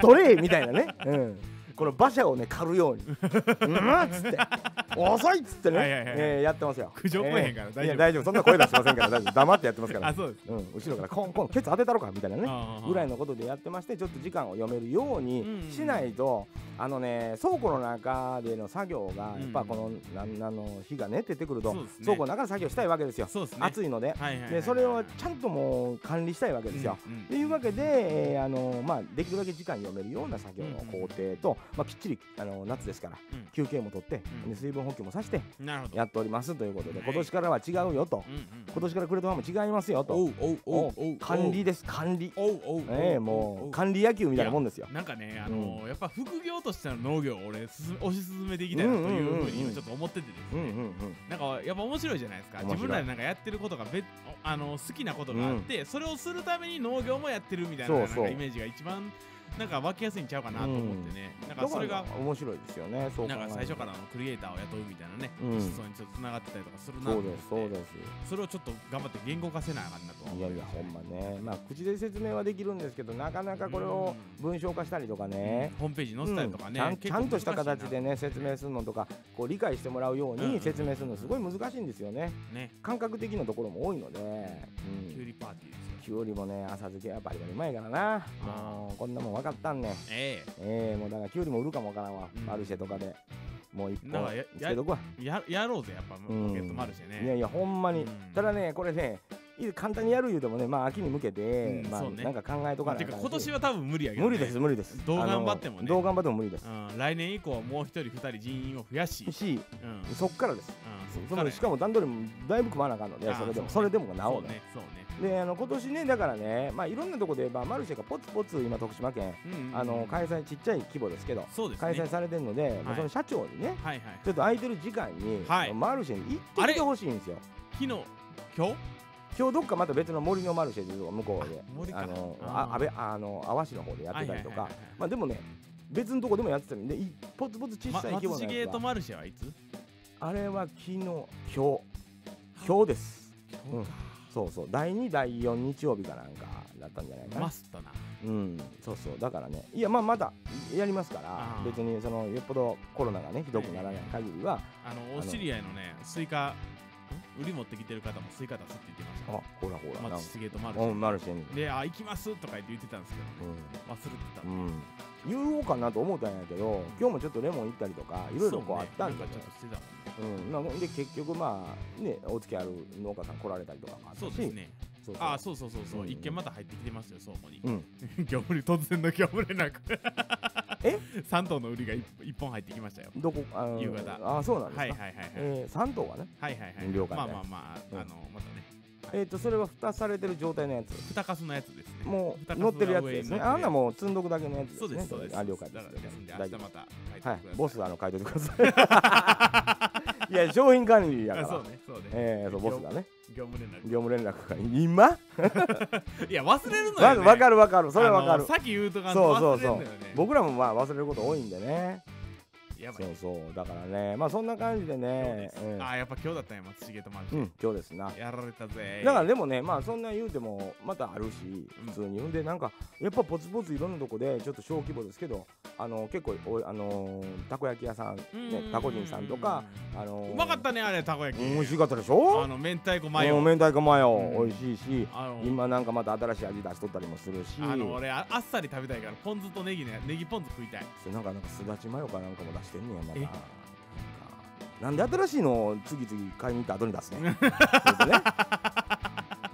取れ!」みたいなね、うん、この馬車をね狩るように「うん」っつって「遅い!」っつってね、はいはいはいえーやってますよ苦情来えへんからえ大丈ー夫いや大丈夫そんな声出しませんから大丈夫黙ってやってますからあ、そうです。うん、後ろからコンコンケツ当てたろかみたいなねあーぐらいのことでやってましてちょっと時間を読めるよううんにうんしないと、あのね倉庫の中での作業がやっぱこの、なん、なの火がね出てくると、そうですね倉庫の中で作業したいわけですよそうですね。暑いので,、はいはいはいはい。でそれをちゃんともう管理したいわけですよ。うんうんというわけで、えーあのまあ、できるだけ時間読めるような作業のうんうん工程と、まあ、きっちりあの夏ですから、うん休憩も取って、うんで水分補給もさせてなるほど。やっておりますということではい今年からは違うよと、うんうん今年からクレートファーム違いますよとおうおうおうおう管理です管理おうおうおうええもう管理野球みたいなもんですよ。なんかね、あのーやっぱ副業としての農業を俺進め推し進めていきたいなというふうに今ちょっと思っててですうね、んうんうん。なんかやっぱ面白いじゃないですか面白い自分らでなんかやってることが別あの好きなことがあって、それをするために農業もやってるみたいなそうそうなんかイメージが一番なんか湧きやすいんちゃうかなと思ってね、なんかそれがだから面白いですよね。そう考なんえかると最初からのクリエイターを雇うみたいなね、うん思想にちょっとつながってたりとかするなとそ思っうてですそうです。それをちょっと頑張って言語化せなあかんなとはいやいやほんまね。まあ口で説明はできるんですけどなかなかこれを文章化したりとかね。ホームページに載せたりとかね、うんちゃんちゃんとした結構難形いなでね説明するのとかこう理解してもらうよううんうんに説明するのすごい難しいんですよねね感覚的なところも多いので、うんキュウリパーティーですよきゅうりもね浅漬けはバリバリうまいからなもうこんなもん分かったんねんえええもうだからきゅうりも売るかもわからんわ、うんマルシェとかでもう一なん本かやつけとくわえややろうぜやっぱポケんットマルシェね、いやいやほんまに、うんただねこれねいい簡単にやる言うてもねまあ秋に向けて、うんまあ、そうねなんか考えとかないてか今年は多分無理やけど、ね、無理です無理ですどう頑張ってもねあのどう頑張っても無理ですうん、来年以降はもう一人二人人員を増やし、うん、しうん、そっからですそのしかもも段取りもだいぶ組まなあかんのであーそれでもそそうねれでもなおそうねねそうねであの今年ねだからねまあいろんなとこで、まあ、マルシェがポツポツ今徳島県、うんうんうんあの開催ちっちゃい規模ですけどそうですね開催されてるので、もうはいその社長にねはいはいちょっと空いてる時間に、はいマルシェに行ってきてほしいんですよ昨日今日今日どっかまた別の森のマルシェというとこ向こうであ森かあのああー安倍あの淡市の方でやってたりはいとか、はいはいはいまあでもね別のとこでもやってたんでいポツポツ小まさい規模松の重やつとは、マルシェはいつあれは昨日今日今日です今日か、そうそう第2第4日曜日かなんかだったんじゃないかな、マスったなうんそうそうだからねいやまあまだやりますからあー別にそのよっぽどコロナがねひどくならない限りは、あののお知り合いのねスイカん売り持ってきてる方もスイカ出すって言ってましたあほらほらなんか松重とマルシうんェマルシェに、であ行きますとか言って言ってたんですけどうねん忘れてたうん、言おうかなと思ったんやけど今日もちょっとレモン行ったりとかいろいろこうあったんそうでね、なんかちょっとしてたもんねうんまあ、ほんで結局まあねお付き合いある農家さん来られたりとかもあったしそうですねそうそうあそうそうそうそう、うんうん一見また入ってきてますよ倉庫に、うん、 業務量突然の業務連絡え 3頭の売りが 1, 本入ってきましたよどこあの夕方あそうなんですか、はいはいはいはい、えー、3頭がねはいはいはい了解まあまあまあ、うんあのまたねえっ、とそれは蓋されてる状態のやつ二カスのやつですねも二うカス乗ってるやつですねが上に乗あんなもう積んどくだけのやつですそうねですそうですあ了解ですだからですんで明大日丈また書いてく夫だはさいいボスあの書いといてくださ いいや商品管理やからあそうねそうねえー、そうボスがね業務連絡業務連絡が今、いや忘れるのまよずね分かる分かるそれは分かあのるさっき言うとかんとそうそ忘うれるのそうよね僕らもまあ忘れること多いんでねやばいそうそうだからねまあそんな感じでそうねですあーやっぱ今日だったんや松重とマうルん、うん、今日ですなチやられたぜだからでもねまあそんな言うてもまたあるしうん普通に、ほんでなんかやっぱポツポツいろんなとこでちょっと小規模ですけどあの結構おあのーたこ焼き屋さんねたこ人さんとかあのーうまかったねあれたこ焼き美味しかったでしあょの明太子マヨうん明太子マヨ、うん美味しいしあの今なんかまた新しい味出しとったりもするしあの俺ああっさり食べたいからポン酢とネギねネギポン酢食いたいそうなんかなんかすだちマヨかなんかも出してんねやまたえなんかなんで新しいのを次々買いに行った後に出す ねほんでね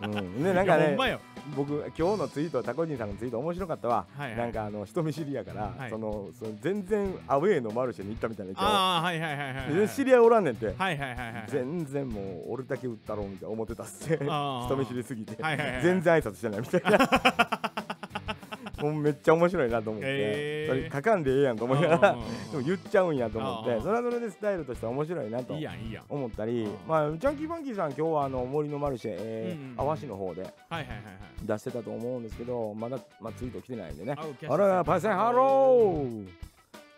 うん、でなんかいやほねんまよ僕今日のツイートタコジンさんのツイート面白かったわ、はいはいなんかあの人見知りやから、はいそのその全然アウェーのマルシェに行ったみたいな今ああはいはいはいはい日はい全然知り合いおらんねんて、はいはいはいはい全然もう俺だけ売ったろうみたいな思ってたっすねあー人見知りすぎて、はいはいはい全然挨拶してないみたいな もうめっちゃ面白いなと思って、へーそれ書かんでええやんと思いながらうんうんうんでも言っちゃうんやと思っあてーそれはそれでスタイルとして面白いなといいやんいいやん思ったりうんまあジャンキーバンキーさん今日はあの森のマルシェ、えーうんうんうん淡路の方ではいはいはいはい出してたと思うんですけどまだ、まあ、ツイート来てないんでねあキャッシュあらパイセンハロー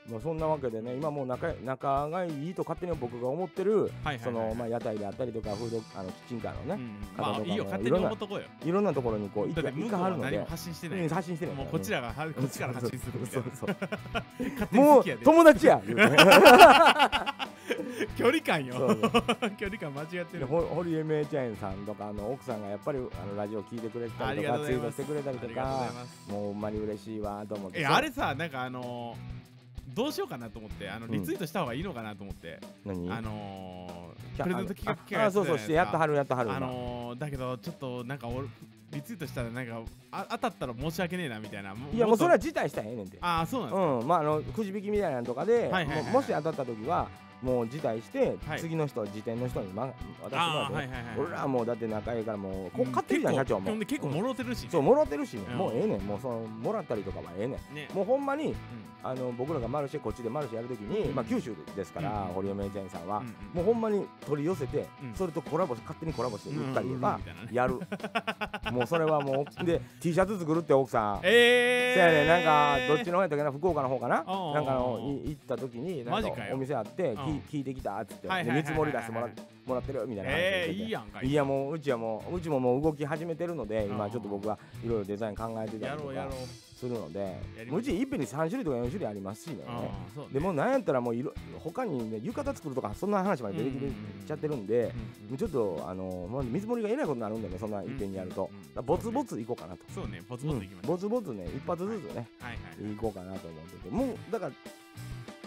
まあそんなわけでね今もう仲仲がいいと勝手に僕が思ってるはいはいはいはいそのまあ屋台であったりとかフードあのキッチンカーのうねん方まとあかいいよも勝い手にろんな思っとこうよいろんなところにこう行だってか向こう行かははるの何もで発信してないうん発信してないもうらねこっちらがはこっちから発信するみたそいうなそ う勝手にも好うきやで友達や言うて距離感よそうそう距離感間違ってでる ほ堀江芽衣ちゃんさんとかあの奥さんがやっぱりあのラジオ聞いてくれてたありりとがとかうござツイいートますしてくれたりとありがとうございかますもうほんまに嬉しいわと思ってえあれさなんかあのーどうしようかなと思ってあのうんリツイートした方がいいのかなと思って、何あのキー、ャプレゼント企画ああそうそうしてやっとはるるやっとはるあのー、だけどちょっとなんか俺リツイートしたらなんかあ当たったら申し訳ねえなみたいなもいやもうそれもはっと辞退したらええねんてああそうなんですうんまああのくじ引きみたいなのとかで、はいはいはいもうもし当たった時はもう辞退して、はい次の人辞典の人に、ま、渡してもらあうあて、はいはいはい俺らはもうだって仲いいからもうこう買ってるじゃんうん社長結構もほんで結構もろてるし、うんそうもろてるしね、うんもうええねんもうそのもらったりとかはええねんねもうほんまにうあの僕らがマルシェこっちでマルシェやるときに、うんまあ、九州ですから、うん堀江芽衣ちゃんさんは、んうんもうほんまに取り寄せて、うんそれとコラボし勝手にコラボして売ったりうんうんうとかんみたいなねやる、もうそれはもうで T シャツ作るって奥さんええー、そやねなんかどっちの方やったっけな福岡の方かななんかおうおうおうのい行った時になんマジかかよお店あってきうん聞いてきたっつってはいはいはいはいで見積もり出してもらもらってるみたいな話をええしー、いていて。やんかいやもううちはもううちももう動き始めてるので今うんちょっと僕はいろいろデザイン考えてたやりとろうやかろうするのでやりもうまうしちいっぺんに3種類とか4種類ありますしねああそうねでもうなんやったらもういろ他にね浴衣作るとかそんな話まで出てきうんうんちゃってるんでうんちょっとあのもう見積もりがえらいことになるんだよねそんないっぺんにやるとうんうんうんだからボツボツいこうかなとそうねボツボツいきましょう、ボツボツね一発ずつねはいはい行こうかなと思っててもうだから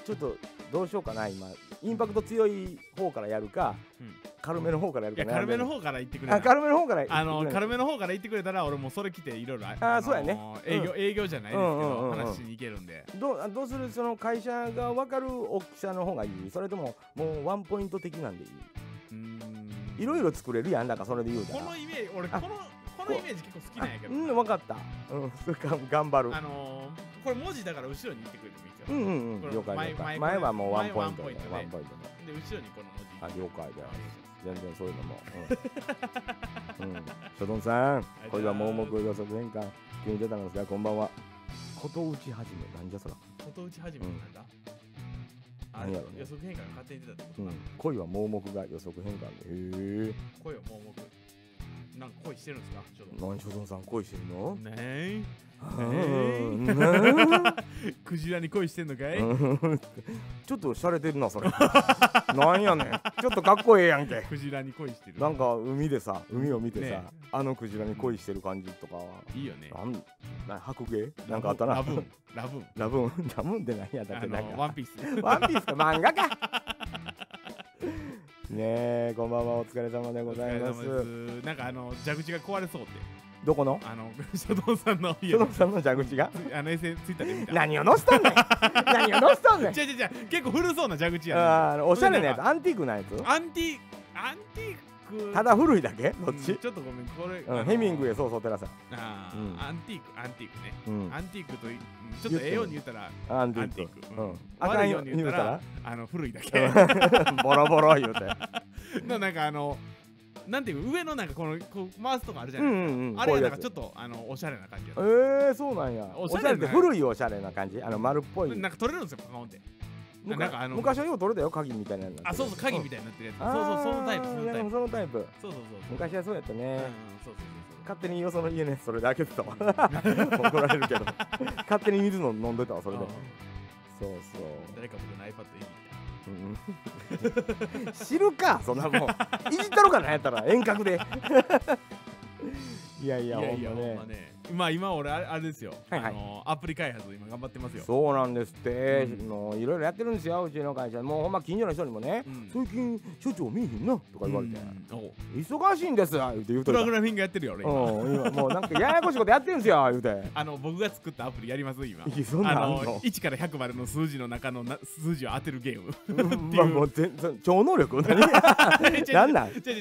ちょっとどうしようかな今インパクト強い方からやるか、うん軽めの方からやるいかや悩軽んでめるの方から言ってくれあ軽めの方からあの軽めめの方から言ってくれたら俺もそれ来ていろいろあーそうやねの営業、営業じゃないですけど、うんうんうんうん話しに行けるんでどうあどうするその会社が分かる大きさの方がいいそれとももうワンポイント的なんでいいうーんいろいろ作れるやんだからそれで言うたらこのイメージ俺こあのこのイメージ結構好きなんやけどうん分かったうんそれか頑張るあのー、これ文字だから後ろに言ってくれてもいいですよ、うんうんこうんれ了解前了解前前はもうワン前ポイワンントポイでントでワンポイントでで後ろにこの文字あ了解だお願いします全然そういうのも、うんうん、所存さんこれは盲目予測変換急に出たんですがこんばんはこと打ち始めなんじゃそら、外打ち始めてなんだ、あ何れやろね予測変換が勝手に出たってこうとんか、、恋は盲目が予測変換でへえ声を盲目なんか恋してるんですかちょっ何所存さん恋してるのとねえうんクジラに恋してんのかい、うん ちょっと洒落てるなそれ なんやねんちょっとかっこええやんけクジラに恋してるなんか海でさ海を見てさ、ねあのクジラに恋してる感じとかは、いいよねなんなん白芸なんかあったなラブーンラブーンラブ ンラブンって何やだっあてなんのかワンピースワンピースか漫画か。ねえ、こんばんは、お疲れ様でございます。お疲れ様ですなんかあの蛇口が壊れそうってどこの。あの 書道さんの家そののさんの蛇口が。 あの SN ツイッターで見た何をのせたんねん。何をのせたんねん。違う違う違う結構古そうな蛇口やねあーあのおしゃれなやつ、アンティークなやつ。アンティアンティーくただ古いだけどうっんち、ちょっとごめんこれ、うんあのヘミングウェイそうそう寺さん、あー、うんアンティークアンティークねうん、アンティークというんちょっとええように言ったらアンアディンティーークク、ううんん、あか悪んいよよううにに言言うったたららあの古いだけうんボロボロ言うて のなんかあのなんていう上のなんかこのこう回すとかあるじゃうない、んうんうんあれこうはないうんやかつちょっとあのおしゃれな感じだったええそうなんやおおししゃゃれなれって古いおしゃれな感じあの丸っぽいなんか取れるんですよパカオンって昔なんかあの昔はよう取れたよ鍵みたいなのあそうそう鍵みたたいいになってるやつ、そうそうそのタイプそのタイプそのタイプそうそうそう昔はそうやったね、うんうんそうそうそう勝手によその家のやつそれで開けてたわ怒られるけど勝手に水飲んでたわそそうれうでんそう誰か僕の iPad いじっそう、うん、知るかそんなもんいじったろかなんやったら 遠隔でいやいたやいやいやほほんんままねねまあ今俺あれあれですよ、はいはいあのアプリ開発今頑張ってますよそうなんですって、うんもういろいろやってるんですようちの会社もうほんま近所の人にもね、うん最近所長見えへんなとか言われて、うんおう忙しいんですよ言うて言うとプいロたグラミングやってるよ俺今うん今もうなんかややこしいことやってるんですよ言うてあの僕が作ったアプリやります今いやそんなんあんの1から100までの数字の中のな数字を当てるゲームうんまあもう全然超能力 何なんなんじゃ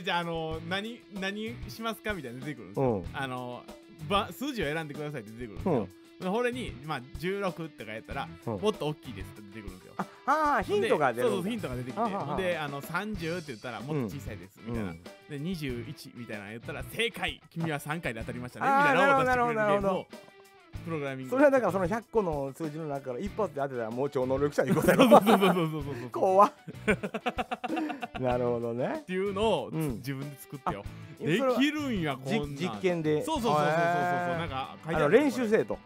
じゃあの何何しますかみたいなの出てくるんですうよ、んあのば数字を選んでくださいって出てくるんですよ、でこれに、まあ、16とかやったら、うんもっと大きいですって出てくるんですよああヒントが出るでそうそうヒンントが出てきてあははであの30って言ったらもっと小さいです、みたいな、で21みたいなの言ったら正解君は3回で当たりましたねみあたいなのを出なしてるほくどれるゲームなるほをプログラミングそれはだからその100個の数字の中から一発で当てたらもう超能力者いうことやそろ うそうそうそうそうそうそう怖っ なるほどねっていうのをうん自分で作ってよ、それはできるんやこんなんじ実験でそうそうそうそうそうそうへーなんか書いあてあのるよ練習これせえと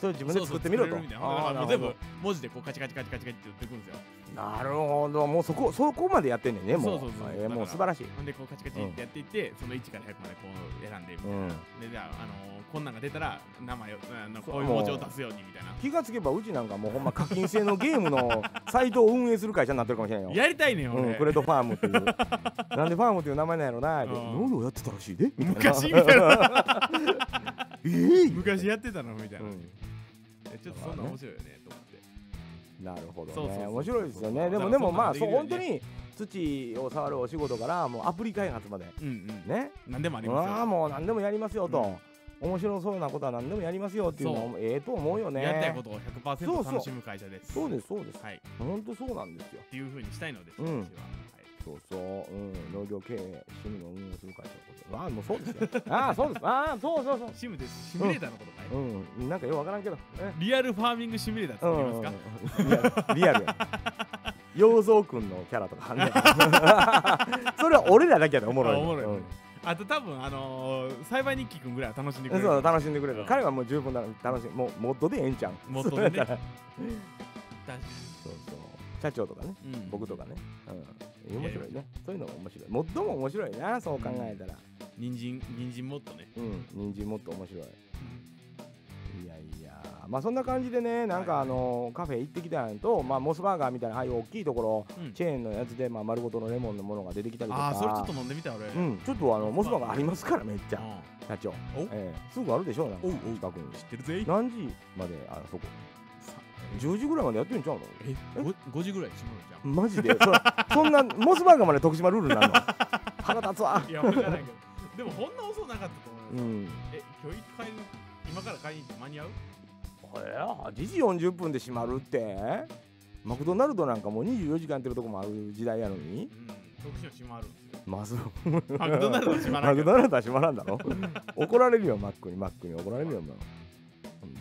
それ自分で作ってみろとそうそう作れるみたいなだからもう全あ部文字でこうカチカチカチカチカチって言ってくるんですよーなるほどもうそこそこまでやってんねんねもうそうそうそうえーもうだから素晴らしいほんでこうカチカチってやっていって、その1から100までこう選んでみたいな、うんでじゃあ、あのーこんなんが出たら名前をあのそうこういう文字を出すようにみたいな気がつけばうちなんかもうほんま課金制のゲームのサイトを運営する会社になってるかもしれないよやりたいねんう俺、ん、クレートファー ムっていうなんでファームっていう名前なんやろなうん農業やってたらしいでみたいな 昔みたいなえー 昔やってたのみたいうな、んえちょっとそんなん面白いよねと思ってなるほどねそうそうそう面白いですよねでだかもらでもそんなまのあできそうるよ本ね当に土を触るお仕事からもうアプリ開発までうんうんね何でもありうわあまもう何でもやりますよと、面白そうなことは何でもやりますよっていうのもええと思うすよよ、ねやりたいこととをそうそ100%う楽しむ会社ですそうですそうですはいっ本当そうなんですよていうふうにしたいのです、う私は、はんいそうそう、うん、農業経営趣味の運営する会社のことああもうそうですよ ああそうですああそうそうそうシムですシミュレーターのことかい、うん、なんかよくわからんけど。えリアルファーミングシミュレーターう作りますんか、リアル。リア ルや。洋蔵くんのキャラとかあんね んそれは俺らだけやでおもろいの。あおもろいよねうんあと多分あのー、栽培日記くんぐらいは楽しんでくれるそう楽しんでくれうるん彼はもう十分だ楽しいもうモッドでええんちゃうもっとねそう そうだし社長とかねうん僕とかね、うん、面白いねそういうのも面白いモッドも面白いなそう考えたら人参人参もっとねうん人参もっと面白いいやいやまあそんな感じでねなんかあのカフェ行ってきたんとまあモスバーガーみたいなああいう大きいところうんチェーンのやつで、まあ、丸ごとのレモンのものが出てきたりとあかあそれちょっと飲んでみた俺、ううんん、ちょっとあのモスバーガーありますからめっちゃ社長、おええすぐあるでしょなんかおうおう近くに知ってるぜ何時まであそこ10時ぐらいまでやってんちゃうのえご5時ぐらいに閉まるじゃんマジでそそんなモスバーガーまで徳島ルールなの腹立つわいや、わからないけど。でも、ほんな遅なかったと思います。うんえ、今日一回、今から買いに行って間に合うこれ8時40分で閉まるってマクドナルドなんかもう24時間やってるとこもある時代やのうにん。特集閉まるんですよ。まずマクドナルド閉まらマんけクど。ドナルドは閉まらんだろ怒られるよマックにマックに怒られるよもう本当に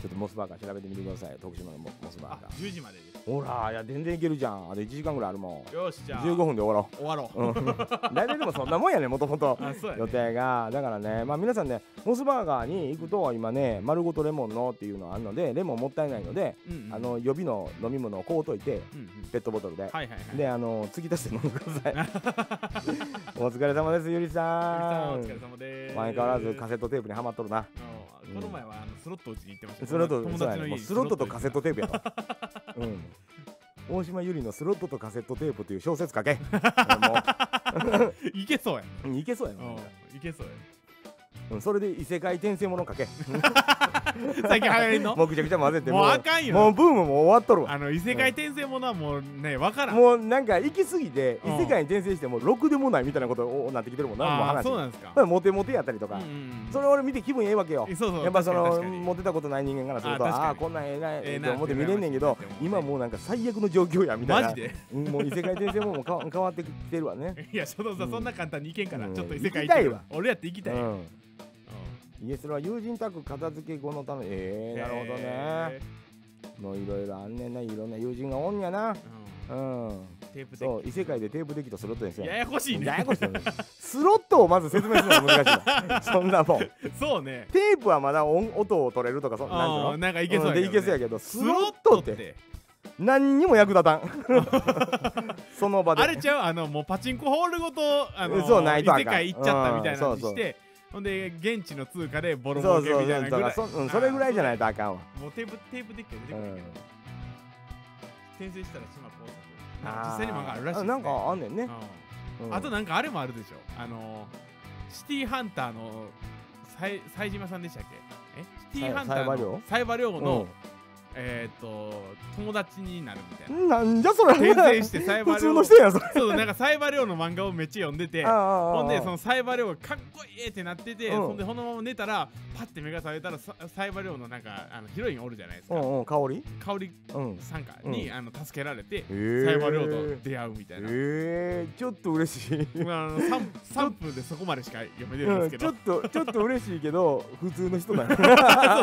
ちょっとモスバーガー調べてみてください徳島のモモスバあーガー、 10時までです。ほらいや全然いけるじゃんあと1時間ぐらいあるもよし、じんゃあ、 15分で終わろ終わろう、うん 大体でもそんなもんやねもともとう。あ、そうや予ね。定がだからねまあ皆さんねモスバーガーに行くと今ね丸ごとレモンのっていうのあるのでレモンもったいないので、うんうんあ、の予備の飲み物をこうといてうんうん。ペットボトルで、はいはいはい。であの継ぎ足して飲んでく ださい お疲れ様ですゆりさんお疲れ様でーす。前変わらずカセットテープにはまっとるなうんこの前はあのスロット打ちに行ってましたけど。スロット友そうや達の家ねもうにスロットとカセットで。テープやわ うん大島ゆりの「スロットとカセットテープ」という小説書 けもいけそうやね。ういけそうやう、なんいけそうやね。うん、それで異世界転生ものかけ最近流行り の もうぐちゃぐちゃ混ぜてもうあかんよもうブームも終わっとるわあの異世界転生ものはもうね分からんもうなんか行き過ぎて異うん世界に転生してもろくでもないみたいなことになってきてるもんなもあうあ話そうだなんですかからモテモテやったりとうかんうんうんそれ俺見て気分ええわけよそうそうやっぱそ確のかに確かにモテたことない人間からするとあ確かにああーこんなんええなえええなと思って見れんねんけ羨どましい今もうなんか最悪の状況やみたいなマジでうんもう異世界転生ももうか 変わってきてるわねいや、所藤さん、そんな簡単にいけんから、うんちょっと異世界行きたいわ俺やって行きたい。うんうんイエスラは友人宅片付け後のためええなるほどねえもういろいろあんねんないろんな友人がおんやなーうんうんテープそでう異世界でテープデッキとスロットですよややこしいやねや。こしいよね スロットをまず説明するのが難しいわそんなもんテそうね。ープはまだ音音を取れるとかそんなんていううのんなんかいけそううんでいけそうやけけどスどね。スロロッットトっってて。何にも役立たん その場であれちゃうあの、もうパチンコホールごと、あの、そうないとあかん異世界行っちゃったみたいなうのんにそうそうして、ほんで、現地の通貨でボそロうボそロうけそうみたいなぐらだからい。そうんそれぐらいじゃないとあかんわもうテープ、テープデッキが出てうくるんけど、転生したら島工作。なんか実際にもあるらしいですね。なんかあんねんねうんうんあとなんかあれもあるでしょあのー、シティハンターのさい冴島さんでしたっけえシティハンターさいのサイバリョウの、うんえーっと友達になるみたいな なんじゃそれ転生してサイバ普リョ通ウの人やんそれそうなんかサイバリョウの漫画をめっちゃ読んでてほほんでそのサイバリョウがかっこいいってなってて、うそんんでそのまま寝たらパッて目が覚めたらササイバリョウのなんかあのヒロインおるじゃないですか、うんうん香り香りうんさんかに、うあの助けられて、ーサイバリョウと出会うみたいな、えー、ちょっと嬉しいあの 3, 3分でそこまでしか読めてるんうですんけちど、ょっとちょっと嬉しいけど普通の人だね。そうそう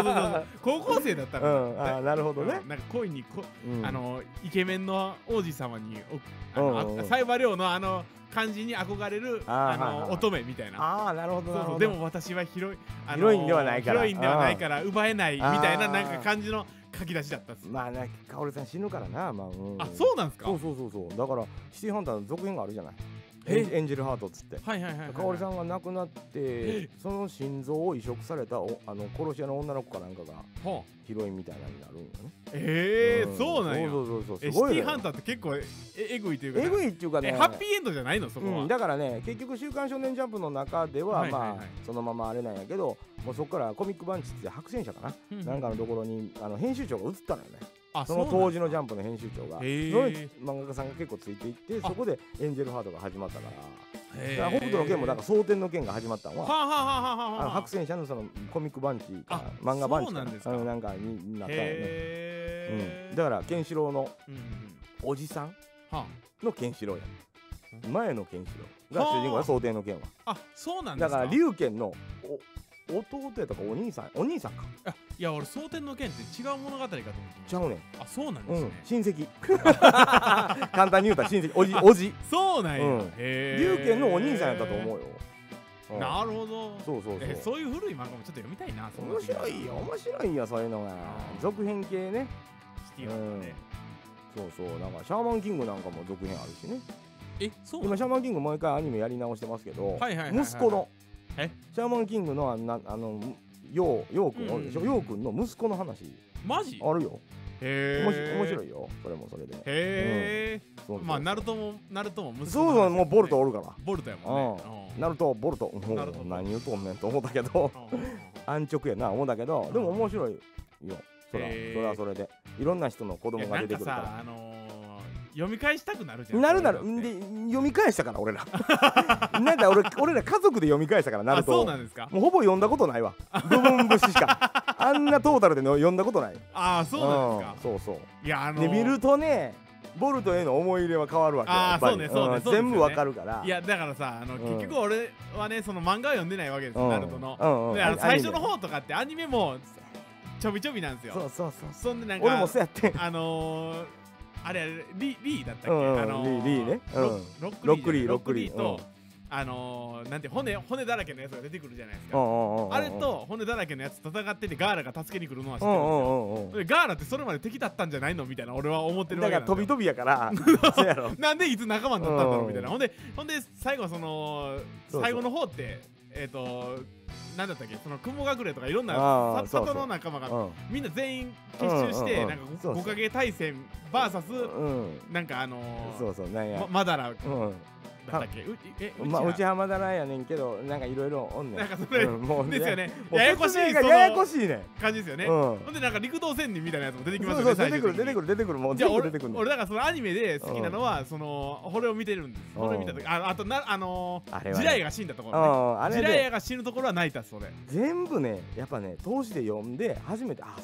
そうそう高校生だったうら、ん、あーなるほどねう。んなんか恋にこ、うんあのイケメンの王子様におあのうんうんうあんサイバリョウのあの感じに憧れるあーあのはいはい乙女みたいな。ああなるほどそうなるそほど。うでも私はヒロインあのヒロインではないからヒロインではないから奪えないみたいなあーなんか感じの書き出しだったっす、まあなカオルさん死ぬからなまあ。うんあそうなんですかそうそうそうそうだからシティハンターの続編があるじゃない。エンジエンジェルハートっつって。はいはいはい、はい、カオルさんが亡くなってその心臓を移植されたおあの殺し屋の女の子かなんかがほうヒロインみたいなのになるんよね。えーんそうなんやそうそうそうそう。えシすテごいのィよハンターって結構ええぐいというかえぐいっていうかね。えハッピーエンドじゃないのそこは、うん、だからね結局「週刊少年ジャンプ」の中では、はいはいはいまあそのままあれなんやけどもうそこからコミックバンチって白戦車かな、ううなんかのところにあの編集長が移ったのよねあその当時時の「ジャンプ」の編集長へがーその漫画家さんが結構ついていってあそこで「エンジェルハート」が始まったからだか北ら北斗の拳もなんか蒼天の拳が始まったのはは。あはあはあはあはああの白戦車のそのコミックバンチかあ漫画バンチかそうなんですかあのなんかになったよね、へうーん、だからケンシロウのうんうんうんおじさんはのケンシロウや前のケンシロウが主人公はやあ蒼天の拳はああそうなんでだすかから龍拳のお弟やとかお兄さんお兄さんかあいや俺蒼天の剣って違う物語かと思ってましちゃうねん、たあそうなんでうすんね、親戚 簡単に言うたら親戚おじおじそうなんや、うんへー龍拳のお兄さんやったと思うよ、うんなるほどそうそうそうえそういう古い漫画もちょっと読みたいなそんな面白いよ面白いよそういうのが続編系ねシティハンターねそうそうなんかシャーマンキングなんかも続編あるしねえそう今シャーマンキング毎回アニメやり直してますけど、はいはいはいはい息子のえシャーマンキングのあのなあのヨウヨウ君おるでしょうんヨウ君の息子の話マジあるよへえ面白面白へいよそれもそれでえ、そうそうまあナルトもナルトも息子のそうそうもうボルトおるからボルトやもんねうんナルトボルトもうナルト何言うとんねんと思ったけど安直やな思ったけどでも面白いよそらへーそれはそれでいろんな人の子い供やがな出んかてくるかさ、あのー、読み返したくなるじゃらん。なるなそるういうのんってで読み返したから俺ら なんか俺俺ら家族で読み返したからなあ、るそうとなんですか。もうほぼ読んだことないわ部分節し かあんなトータルでの読んだことないあ、そうなんですか。うんそうそういや、あのでー、見るとねボルトへの思い入れは変わるわけよあーやっぱりそうねそうねんそうですよね全部わかるからいや、だからさ、あの、ん結局俺はね、その漫画は読んでないわけですうよ、んナルトの。うんうんで、あアニのメ最初の方とかってアニメもちょびちょびなんですそよ。うそうそうそんでなんか、俺もそうやってんあのー、あれあれリリーだったっけ、うんうんあのーリーリーねうんロロックリーロックロックリリーーと、あのー、なんて骨骨だらけのやつが出てくるじゃないですうか、んうんうんうんあれと骨だらけのやつ戦っててガーラが助けに来るのは知ってうるんですんうよ、んうんうんでガーラってそれまで敵だったんじゃないのみたいな俺は思ってるわだけなんでからすよ飛び飛びやから そうやろなんでいつ仲間になったんだろうみたいなうんほんでほんで最後そのそうそう最後の方ってえっ、となんだったっけその雲隠れとかいろんなあーさそうそう里の仲間がうみんな全員結集して、うんうんうんなんかそうそう五影大戦 VS んうんなんかあのーそうそうなんやまマダラうんだったっけうえまあ、う内ちは浜だなやねんけど、なんかいろいろおんねん。なんかそれうんもうですよ。ねもうややこし説い明がそのややこしいねん。感じですよねうほんんでなんか陸道仙人みたいなやつも出てきますそうよそねう、出てくる、出てくるる、出てくる、もうじゃ全あ部俺出てくるの俺。だからそのアニメで好きなのはそのこれを見てるんですうんこれを見た時ああとなあのあれーはジねライが死んだとこうろねん、あジれライでが死ぬところは泣いたそれ全部ね、やっぱね、通しで読んで、初めて、あ、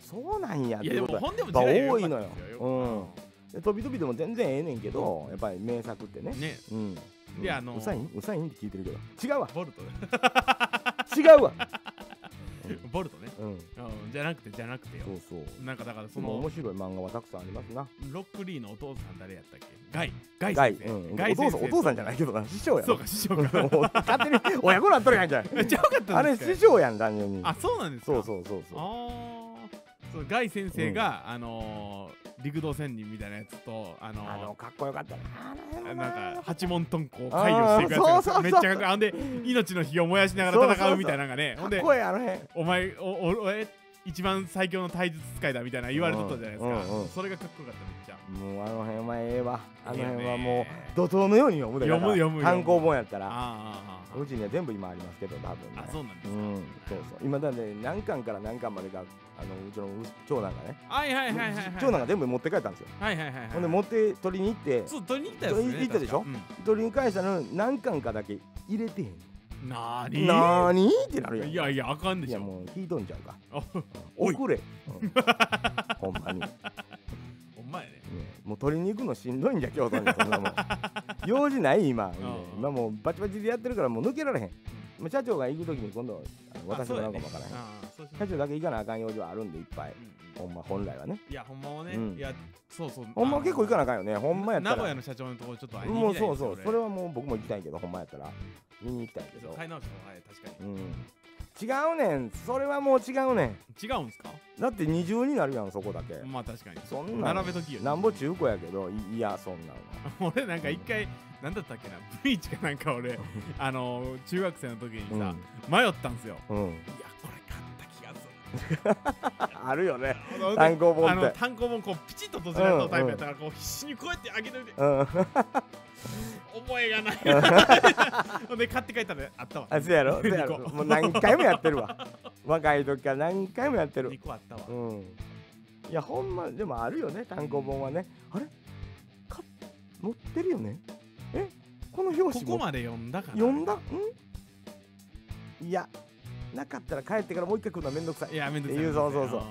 そうなんやっいやでてこもとだ。本でもまあ時代が多い良かのっよたですよ。うん。で飛び飛びでも全然ええねんけど、やっぱり名作ってね。ねうん。であのーうさいんうさいんって聞いてるけど。違うわ、ボルトね 違うわ。ボルトねうん。うんじゃなくてじゃなくてよそうそう。なんかだからそそのの面白い漫画はたくさんありますな。ロックリーのお父さん誰やったっけガイガイガイ、先生うん、おガイ先父さ生ん、お父さんじゃないけどな、師匠やそろう。か師 匠かもう勝手に親子になっとるやんけ。 ちゃうかったあんでれすか師匠やん、単純に。あそうなんですかそうそうそうそああそうガイ先生が、あのー、陸道仙人みたいなやつとあう。のーあの、かっこよかったな。なんか八門遁甲を解除していくやつあーそがうそうそうめっちゃかっこいいあんで命の火を燃やしながら戦うみたいなのがねかっほんでこええ、あの辺。お前おおおえ一番最強の体術使いだみたいな言われとったじゃないですか、うんうんうんそれがかっこよかっためっちもうあの辺はええわ。あの辺はいいもようね怒涛のように読む読むでだから読む読む単行本やったゃら。あーあーあうちには全部今ありますけど、多分、ーね。あそうなんですうか、ん、そうそう。今だね、何巻から何巻までが、あの、うちの長男がね、はいはいはいはいはい長男が全部持って帰ったんですよ。はいはいはいはいほんで、持って取りに行って、そう取りに行ったやつね取りに行ったでしょ確か取り返したのに何巻かだけ入れてへん。うんなーになーにってなるやん。いやいやあかんでいしやょもう引いとんちゃうか。あおい送れ。うんほんまに。ねほんまやねもう取りに行くのしんどいんじゃ京都にそんなもん。用事ない今。ねうん今もうバチバチでやってるからもう抜けられへん。まあ社長が行くときに今度あの私もなんかもわからへん。社長だけ行かなあかん用事はあるんでいっぱい。ほんま本来はね。いや、ほんまはね、うんいや、そうそう。ほんまは結構行かななあかんよね。ほんまやっ名た古ら屋。の社長のところちょっと会いに行もうきたいそんうですよそう。それはもう僕も行きたいけどほんまやったら見に行きたいけ俺そどう。買い直した方がいい、確かうん。違うねん。それはもう違うねん。に。違うんすかだって二重になるやんそこだけ。まあ確かに。そんなん並べときよ。なんぼ中古やけどいいやそんな の俺なんか一回、なんだったっけな、ブリーチかなんか 俺、あのー、中学生の時にさ、迷ったんすよ。うん、うん、いや、これ買った気がすある よねる。単行あ本っのて単行本こうピチッと閉じられたタイプやったからこう必死にこうやって開けといてうん覚えがない ほんで買って帰ったのあったわあそうやろそうやろ 二個もう何回もやってるわ若い時から何回もやってる2個あったわうんいやほんまでもあるよね単行本はねあれか持ってるよねえこの表こ紙こもまで読んだから読んだんいやなかったら帰ってからもう一回来るのはめんどくさいいやめんどくさい言うそうそうそうあ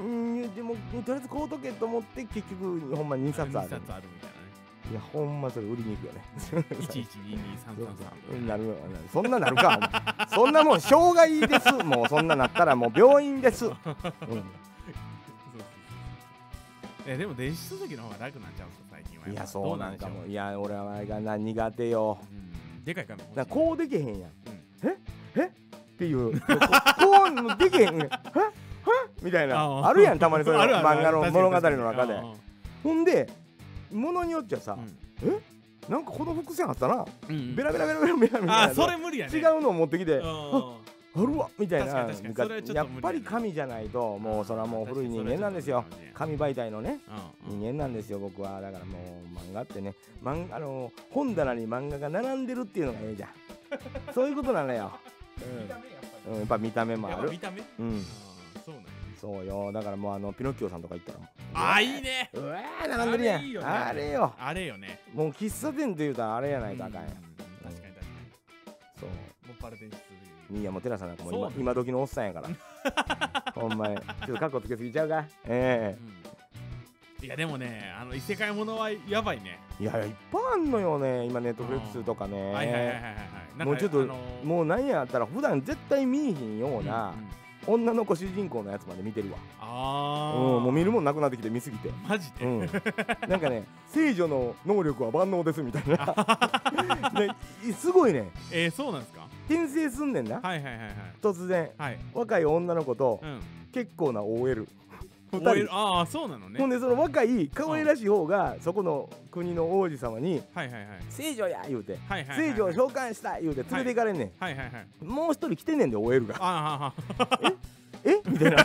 うんうんでもとりあえず買うとけと思って結局ほんま2ー冊ある二冊あるみたいいやほんまそれ売りに行くよねなね一一二二三三三なるよなるそんななるかお前そんなもん障害ですもうそんななったらもう病院です、うん、そうそうそうえでも電子書籍の方が楽なんちゃうんすか最近はいやそうなんかどもういや俺はあれがな苦で手よしょううんでかい紙欲しいなこうできへんやん、ええっていうここうもできへんええみたいなああーるやんたまにそういう のあるある漫画の確か物に語の中で確かにほんでものによっちゃさ、うんなんかこの伏線あったなうんうんベラベラベラベラベラみたいなあーそれ無理やね違うのを持ってきて、あるわみたいな確かに確かにそれはちょっとやっぱり神じゃないともうそれはもう 古い人間なんですよ神媒体のね人間なんですよ僕はだからもう漫画ってね漫あの本棚に漫画が並んでるっていうのがええじゃん そういうことなのよ、うんうんやっぱ見た目もああるる見た目うんあーそうなんやそうよだからもうあのピノキオさんとか行ったらもうあーいいねうわー並んでるやんあれいいよねあれよあれよねもう喫茶店って言うたらあれやないかあうんかんやん確かに確かそうにもっぱら電子書籍いやもう寺さんなんかもうそう今ね今時のおっさんやから ほんまにちょっとカッコつけすぎちゃうかえうんいやでもねあの異世界ものはやばいね、えいやいやいっぱいあんのよね今ネットフリックスとかね、はいはいはいはいはいなんかもうちょっとあのーもう何やったら普段絶対見えへんようなうんうん女の子主人公のやつまで見てるわ、あうんー、もう見るもんなくなってきて見すぎて、マジで、 うん、なんかね聖女の能力は万能ですみたいな ねすごいねえー、そうなんですか転生すんねんなはいはいはいはい突然はい若い女の子とうん結構な OL2 人 OL ああそうなのねほんでその若い可愛らしい方がそこの国の王子様にはいはいはい「聖女や!」言うてはいはい「はい聖女を召喚した!」言うて連れて行かれんねん、はいはいはいもう一人来てんねんで OL があーはーはー 「えみたいな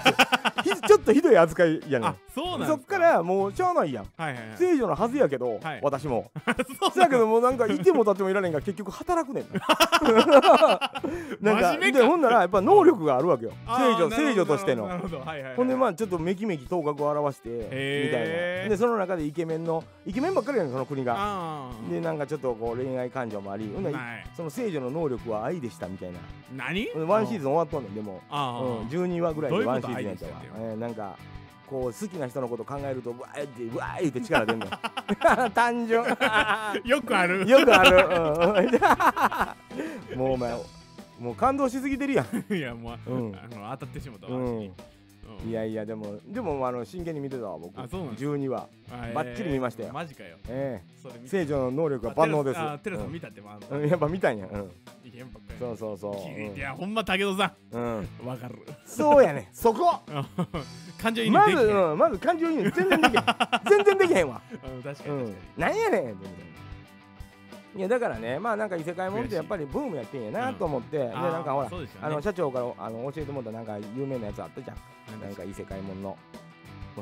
ひちょっとっとひどい扱いやねあんそうなんそでっすか、らもうしゃあないやんはいはいはい、聖女のはずやけど、はい私もそうそやけどもうなんかいても立ってもいられんから結局働くねん ななんか真面目かでほんならやっぱ能力があるわけよあ聖ー女なるほど聖女としてのなるほど、はいはいはい、ほんでまあちょっとめきめき頭角を現してみたいへなーでその中でイケメンのイケメンばっかりやねんその国があーでなんかちょっとこう恋愛感情もありほんならはいその聖女の能力は愛でしたみたいな何ほんでワンシーズン終わっとんねんでもあー、うん、12話ぐらいどでういうこワンとシーズンやったわ愛でしたっえーなんかこう好きな人のこと考えるとうわーってうわーって力出んの 単純よくあるよくある、うん、 もうお前もう感動しすぎてるやん、いやもう、うんあの当たってしまったわ、う私ん、うんいやいやでもでもあの真剣に見てたわ僕あそうなんです12話あえーばっちり見ましたよマジかよえそれえ見聖女の能力があ万能ですテラスあテラさうんん見たってまあうんやっぱ見たんや、うん、いけんばっかりそうそうそう、いやほんま武田さうんうん、んわかるそうやねそこ 感情移入まできず、てるうん、まず感情移入全然できへん全然できへんわうん確かうに確ん、なんやねんっていやだからねまあなんか異世界もんっ悔していやっぱりブームやってんやなうんと思って、でかになんかほらあーそうですよねあの社長からあの教えてもらったなんか有名なやつあったじゃんなんか異世界もんのも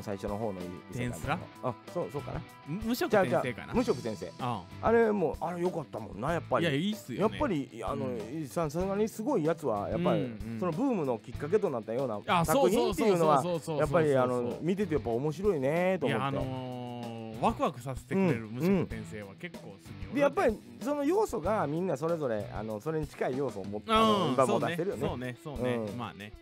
う最初の方の異世界もん転スラのあそうそうかなむ無職じゃあじ先ゃ生かあな無職先生ああれもうあれよかったもんなやっぱあいりやいいっすやよっねぱりあの、ささすがにすごいやつはやっぱり、うんうんそのブームのきっかけとなったようなあそ作うそ品うってそいううのそうはそうそうやっぱりあのそう見ててやっぱ面白いねとい思ってやあのーワクワクさせてくれるうん無職先生は結構好きでやっぱりその要素がみんなそれぞれあのそれに近い要素を持って、あのうん今そもう出しねてるよねそうねそうねうんまあね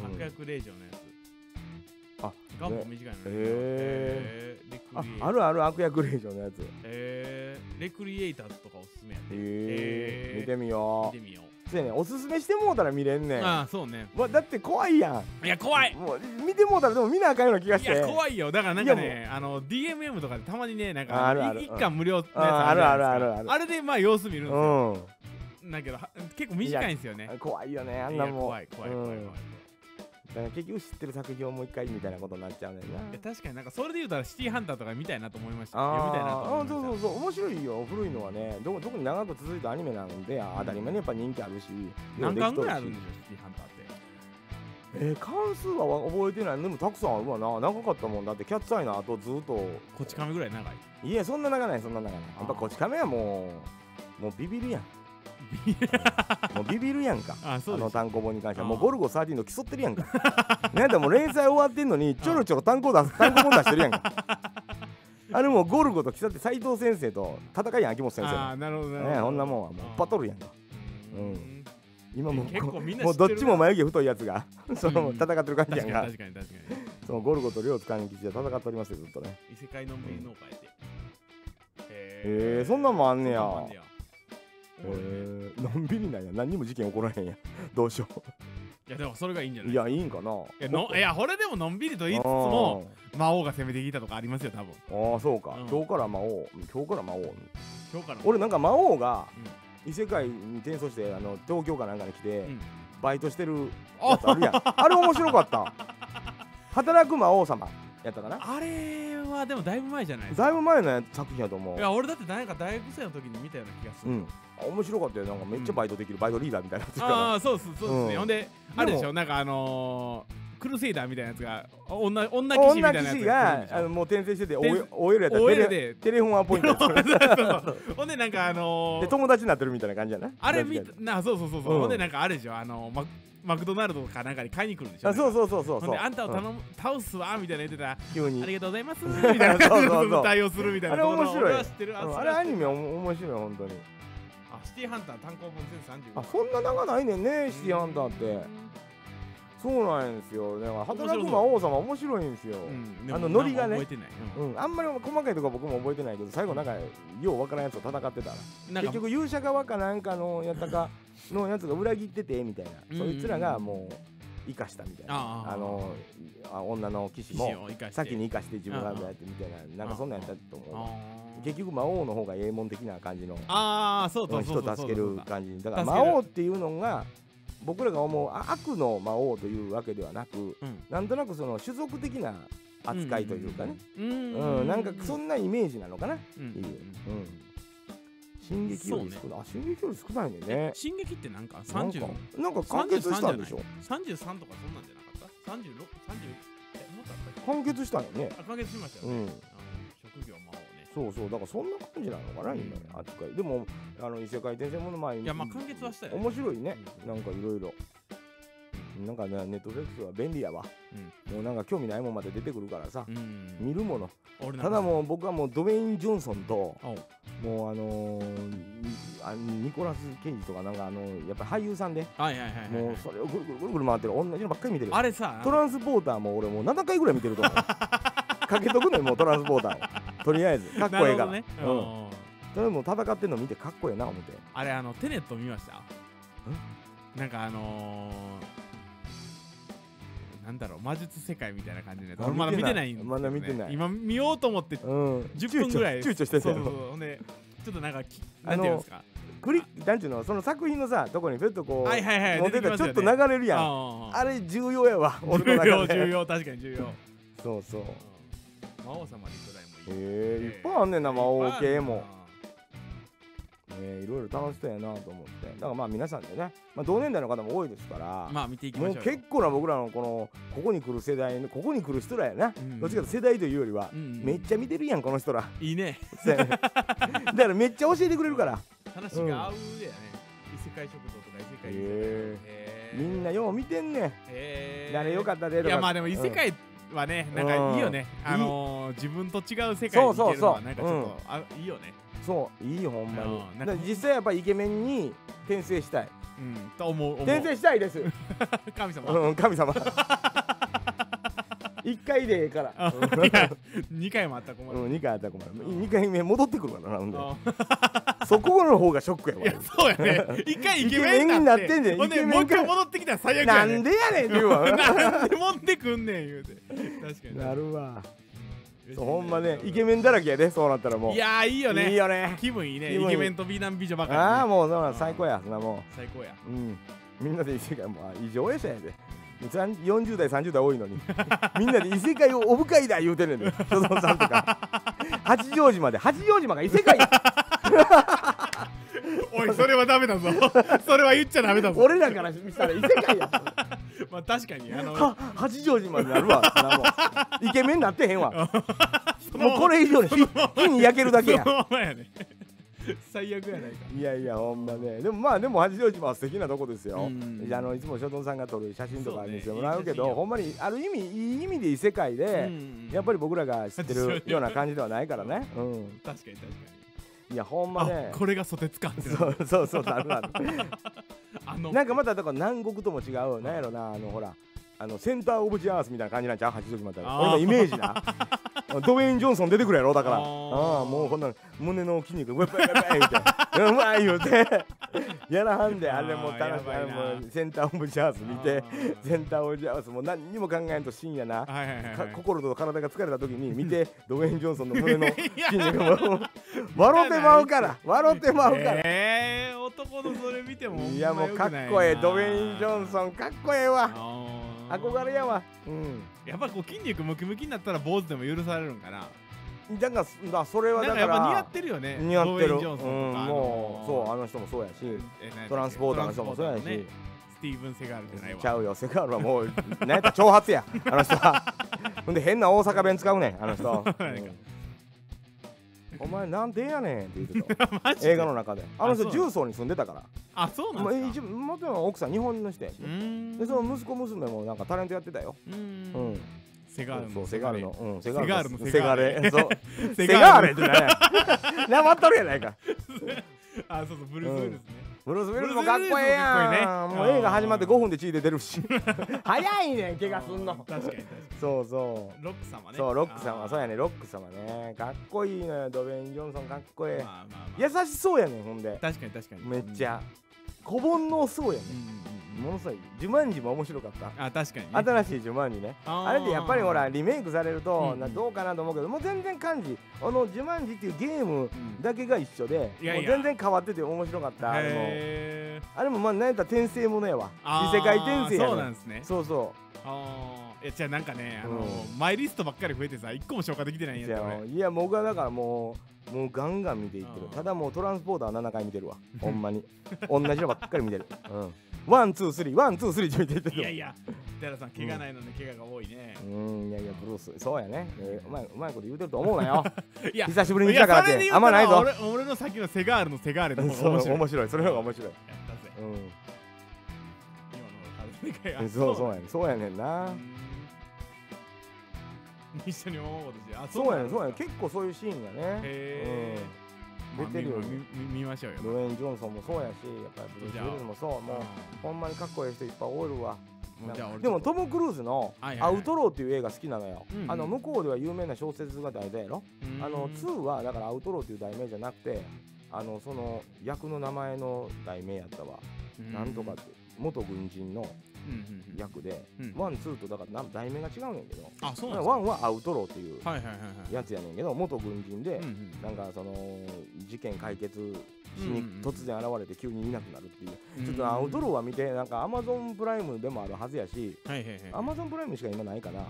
うんうん悪役令嬢のやつあガンも短いのねへえレクあリエイあるある悪役令嬢のやつへえーレクリエイターズとかおすすめやねえへー見てみよ見てみよううそうやねおすすめしてもうたら見れんねんああそうねわだって怖いやいや怖いんもう見てもうたらでも見なあかんような気がいしてや怖いよだからなんかいねあの DMM とかでたまにねなんあかあるあるい一巻無料のやつじゃないですかああるあるあるあるあれでまあ様子見るんですようんだけどは結構短いんですよね怖いよねあんいなやもん怖い怖い怖い怖いうんだから結局知ってる作品をもう一回みたいなことになっちゃうねんないや確かになんかそれで言うたらシティハンターとか見たいなと思いました読みたいなとあー思あいそうそまうしそう面白いよ古いのはねど特に長く続いたアニメなんであー当たり前にやっぱ人気あるした何巻ぐらいあよるうできとんでしょうしシティハンターってえー、関数はわ覚えてないでもたくさんあるわな長かったもんだってキャッツアイの後ずっとこち亀ぐらい長いいやそんな長ないそんな長ないやっぱこち亀はもうもうビビるやん もうビビるやんかあそあうでのす単行本に関してはあーもうゴルゴ13の競ってるやんか なんだもう連載終わってんのにちょろちょろ単行 出す単行本出してるやんかあれもうゴルゴと競って斎藤先生と戦いやん秋元先あ生あなるほどなるほねどそんなもんはもうバトルやんかううんん今もう結構みんなもうどっちも前眉毛太いやつが そのうん戦ってる感じ確かやんにか確かに確かにそのゴルゴと両津勘吉で戦っておりますよずっとね異世界の無理能会でえー、そんなんもあんねや。そんなんもあんねやえー、のんびりなんや。何にも事件起こらへんや。どうしよいやでもそれがいいんじゃう。ないいや、いいんかな。いいやのいやこれでものんびりと言いつつも魔王が攻めてきたとかありますよ多分あーあー、そうか、うん今日から魔王。今日から魔王。今日からも俺、なんか魔王が異世界に転送して、あの東京かなんかに来て、うんバイトしてるやつあるやん。あれ面白かった。働く魔王様やったかな。あれはでもだいぶ前じゃないですかだいぶ前のや作品やと思うい。や俺だってなんか大学生の時に見たような気がすうる、ん。あ面白かったよ。なんかめっちゃバイトできる、バイトリーダーみたいなやつあが。あそうっすそうですね、うんほんであれでしょなんかあのー、クルセイダーみたいなやつが女女騎士みた女いなや騎つ士がが来るんでしょあのもう転生してて転 OL やったらテ OL レでテレフォンアポイントやった ほんでなんかあのでー、友達になってるみたいな感じやなあれ見確たかなそうそうそうそう、うんほんでなんかあれでしょあのー、ママクドナルドかなんかに買いに来るんでしにょあそううそうそうそほうそんでうあんたを頼うむ、倒すわみたいな言ってたら急ありにがとうござい ますみたいなそうそうそう対応するみたいなあれ面白い俺は知ってるああのそあれれはアニメおも面白い面白い本当にあシティハンター単行本全35あそんな長ないねんねシティハンターってそうなんですよだから働く魔王様面白いんですようん、あのノリがねなんか覚えてない、ううん、あんまり細かいとこ僕も覚えてないけど最後なんかようわからんやつと戦ってたらんなん結か局勇者側かなんかのやったかのやつが裏切っててみたいな、うんそいつらがもう生かしたみたいなあああのあ女の騎士騎士もを生かして先に生かして自分がやってみたいななんかそんなんやったと思うわあー結局魔王の方がええもん的な感じのあーそうそうそう人そをうそ助うける感じだから魔王っていうのが僕らが思うあ悪の魔王というわけではなくうんなんとなくその種族的な扱いというかねうんううんうんなんかそんなイメージなのかなっうていうんうん進撃より少ないあ進撃より少ないね進撃ってなんかなん30かなんか完結したんでしょ33とかそんなんじゃなかった三十六、三十。え、もっとあったっけ完結したよねあ、完結しましたようね。あんの職業魔王ね。そうそうだからそんな感じなのかなうん今ね扱いでもあの異世界転生もの前にいやまあ完結はしたよね面白いねうんなんかいろいろなんかねネットフレックスは便利やわ、もうなんか興味ないもんまで出てくるからさう、ん。見るもの俺なんたかだもう僕はもうドウェイン・ジョンソンとおうもうあのーあニコラス・ケイジとかなんかあのやっぱ俳優さんではいはいはいはいもはうい。それをぐるぐるぐるぐる回ってる同じのばっかり見てるよあれさ、トランスポーターも俺もう7回ぐらい見てる と思うかけとくのよもうトランスポーターをとりあえずかっこええかなるほどら、うんねうんそれも戦ってんの見てかっこええな思ってあれあのテネット見ましたなんかあのーなんだろう魔術世界みたいな感じであ俺まだ見てないんですよねまだ見てない今見ようと思ってうん10分ぐらい躊躇躊躇してたそうよそうそうほんでちょっとなんかきあなのんていうんですかクリなんていうのその作品のさとこにふっとこう、はいはいはい持ってた出てきらちますょっよとね流れるやんああれ重要や わー俺の重要中で重要確かに重要そうそうへ魔王様にドラえもんいいええいっぱいあんねんな魔王系いっぱもいあるなねいろいろ楽しそうやなと思ってだからまあ皆さんでね、まあ、同年代の方も多いですから、まあ見ていきまもしょううよ結構な僕らのこのここに来る世代のここに来る人らやな、うんどっちかというと世代というよりは、うんうんめっちゃ見てるやんこの人ら いいねそうやねだからめっちゃ教えてくれるから話が合うやね異世界食堂とか異世界へえみんなよう見てんねんえ誰よかったでいとかやまあでも異世界はね、なんかいいよね、うんあのー、自分と違う世界に行けるのそうそうそはうなんかちょっと、あいいよね、そういいほんまにうんなだんかから実際やっぱイケメンに転生したいうん、と思う思う転生した いです、神様、 うん、神様一回でええから、いや2回もあったら困うる、ん、2回あったら困る2回目戻ってくるからなほんであそこの方がショックやいやわそうやね1回 イケメンになってイケメンになってんねんほんイケでメンからもう一回戻ってきたら最悪なやんねでやねんって言うわ なんで持ってくんねん言うて確かになるわ嬉しいそうほんまねイケメンだらけやでそうなったらもういやーいいよねいいよね気分いいね気分いいイケメンと美男美女ばかり、ね、ああもうそうなうんん最高やそんなも最高やううんみんなで異世界もあ異常やしやでさん40代30代多いのに みんなで異世界をオフ会だ言うてんねんで所存さんとか八丈島で八丈島が異世 界やおいそれはダメ だぞそれは言っちゃダメだぞ俺らからしたら異世界やまあ確かにあ のは八丈島になるわそんなもうイケメンなってへんわもうこれ以上に火火に焼けるだけ やそのままやね最悪やないかいやいやほんまねでもまあでも八丈島は素敵なとこですよ、うんあのいつも所存さんが撮る写真とかそうね見せてもらういけい写真どよほんまにある意味いい意味で異世界で、うんやっぱり僕らが 知ってそうるよような感じではないからね、うん、確かに確かいやほんまに、ねあこれがソテツかってなそう そうそうな るなるあのなんかまただから南国とも違うなんやろなあのほらあのセンターオブジアースみたいな感じなんちゃう八丈島って俺あーのイメージ なドウェイン・ジョンソン出てくるやろだからあああーーもうこんな胸の筋肉うわっばいばいばい みたいなうまい言うてやらはんであれもあー楽しいあやばれいなもセンターオブジアース見てあーセンターオブジアースもう何にも考えんと深夜はないはいはいかはい心と体が疲れた時に見 てドウェイン・ジョンソンの胸の筋肉も笑ってまうから笑ってまうからえー、男のそれ見てもいやもうかっこええドウェイン・ジョンソンンかっこええわ憧れやわわうんやっぱこう筋肉ムキムキになったら坊主でも許されるんかなだからだそれはなんかだかやっぱら似合ってるよね似合ってドるウェインジョンソンうとんか、もうそうああの人もそうやしのえ何やったっけトランスポーターの人もそうやトランスポーターしのねスティーブン・セガールじゃないわちゃうよセカールはもうなんやったら挑発やあの人はほんで変な大阪弁使うねんあの人うんお前なんでやねんって言ってたマジで映画の中であの人あそうな重曹に住んでたからあそうなんまあです一か応元の奥さん日本の人やしうーんでその息子娘もなんかタレントやってたようーんうんセガールそうのセガールの、うん、セセガール セガールそうセセガガーールレってなんやなまっとるやないかあそうそうブルース・ウィルスね、ブルース・ウィルスもかっこええやん、ブルースウィルスもかっこもいいねう映画始まって5分で血出てるし早いねん怪我すんあのー確かに確かにそうそうロック様ねそうロックさんはそうややねロック様ねかっこいいのよドベイン・ジョンソンかっこええ、まあまあまあ優しそうやねんほんで確かに確かにめっちゃ子煩悩そうやねうんうんんものすごいジュマンジも面白かったうんあ確かにね新しいジュマンジねあーあれでやっぱりほらリメイクされるうんとうんなどうかなと思うけどもう全然感じあのジュマンジっていうゲームうんだけが一緒でいやいもやう全然変わってて面白かったあれもへーあれもまあ何やったら転生ものやわあ異世界転生そうなやんねですねそうそああいやじゃあなんかねあのうマイリストばっかり増えてさ一個も消化できてなういんやっじたゃあいや僕はだからもうもうガンガン見ていってるあーただもうトランスポーターは7回見てるわ ほんまに同じのばっかり見てるうんワンツースリーワンツースリーって見ていって俺いやるいや寺さん、怪我ないのに怪我が多いね。うんいやいやブルースそうやね、えーうまいうまいこと言うてると思うなよ いや、久しぶりに来たからっやそれでて言うあんまないたらぞ俺俺のさっきのセガールのセ ガールのそ方が面う白い。面白いそれの方が面白い、やったぜ今のはうん、そうそううやねそうやねんな、一緒に思うことしてあそうやねんそうやなんねんですか結構そういうシーンがね、へ構まあ出てるよね見見見見ましょうようん、ドウェイン・ジョンソンもそうやしやっぱりブルース・じウゃあィルスもそうもうほんまにかっこいい人いっぱいおるわもうじゃあ俺でもちょトっム・クルーズのはい「はアいはいウトロー」っていう映画好きなのよ、うんあの向こうでは有名な小説が題材やろ、とうんあの2はだから「アウトロー」っていう題名じゃなくてあのその役の名前の題名やったわ、うんなんとかって元軍人のうんうんうん役で、うんワンツーとだからな題名が違うんやけどあそうなんですかワンはアウトローっていうはいはいはいはいやつやねんけど元軍人で、うんうんなんかその事件解決しうんうにん突然現れて急にいなくなるっていう、うんちょっとアウトローは見てなんかアマゾンプライムでもあるはずやしはいはいはいアマゾンプライムしか今ないかな、うん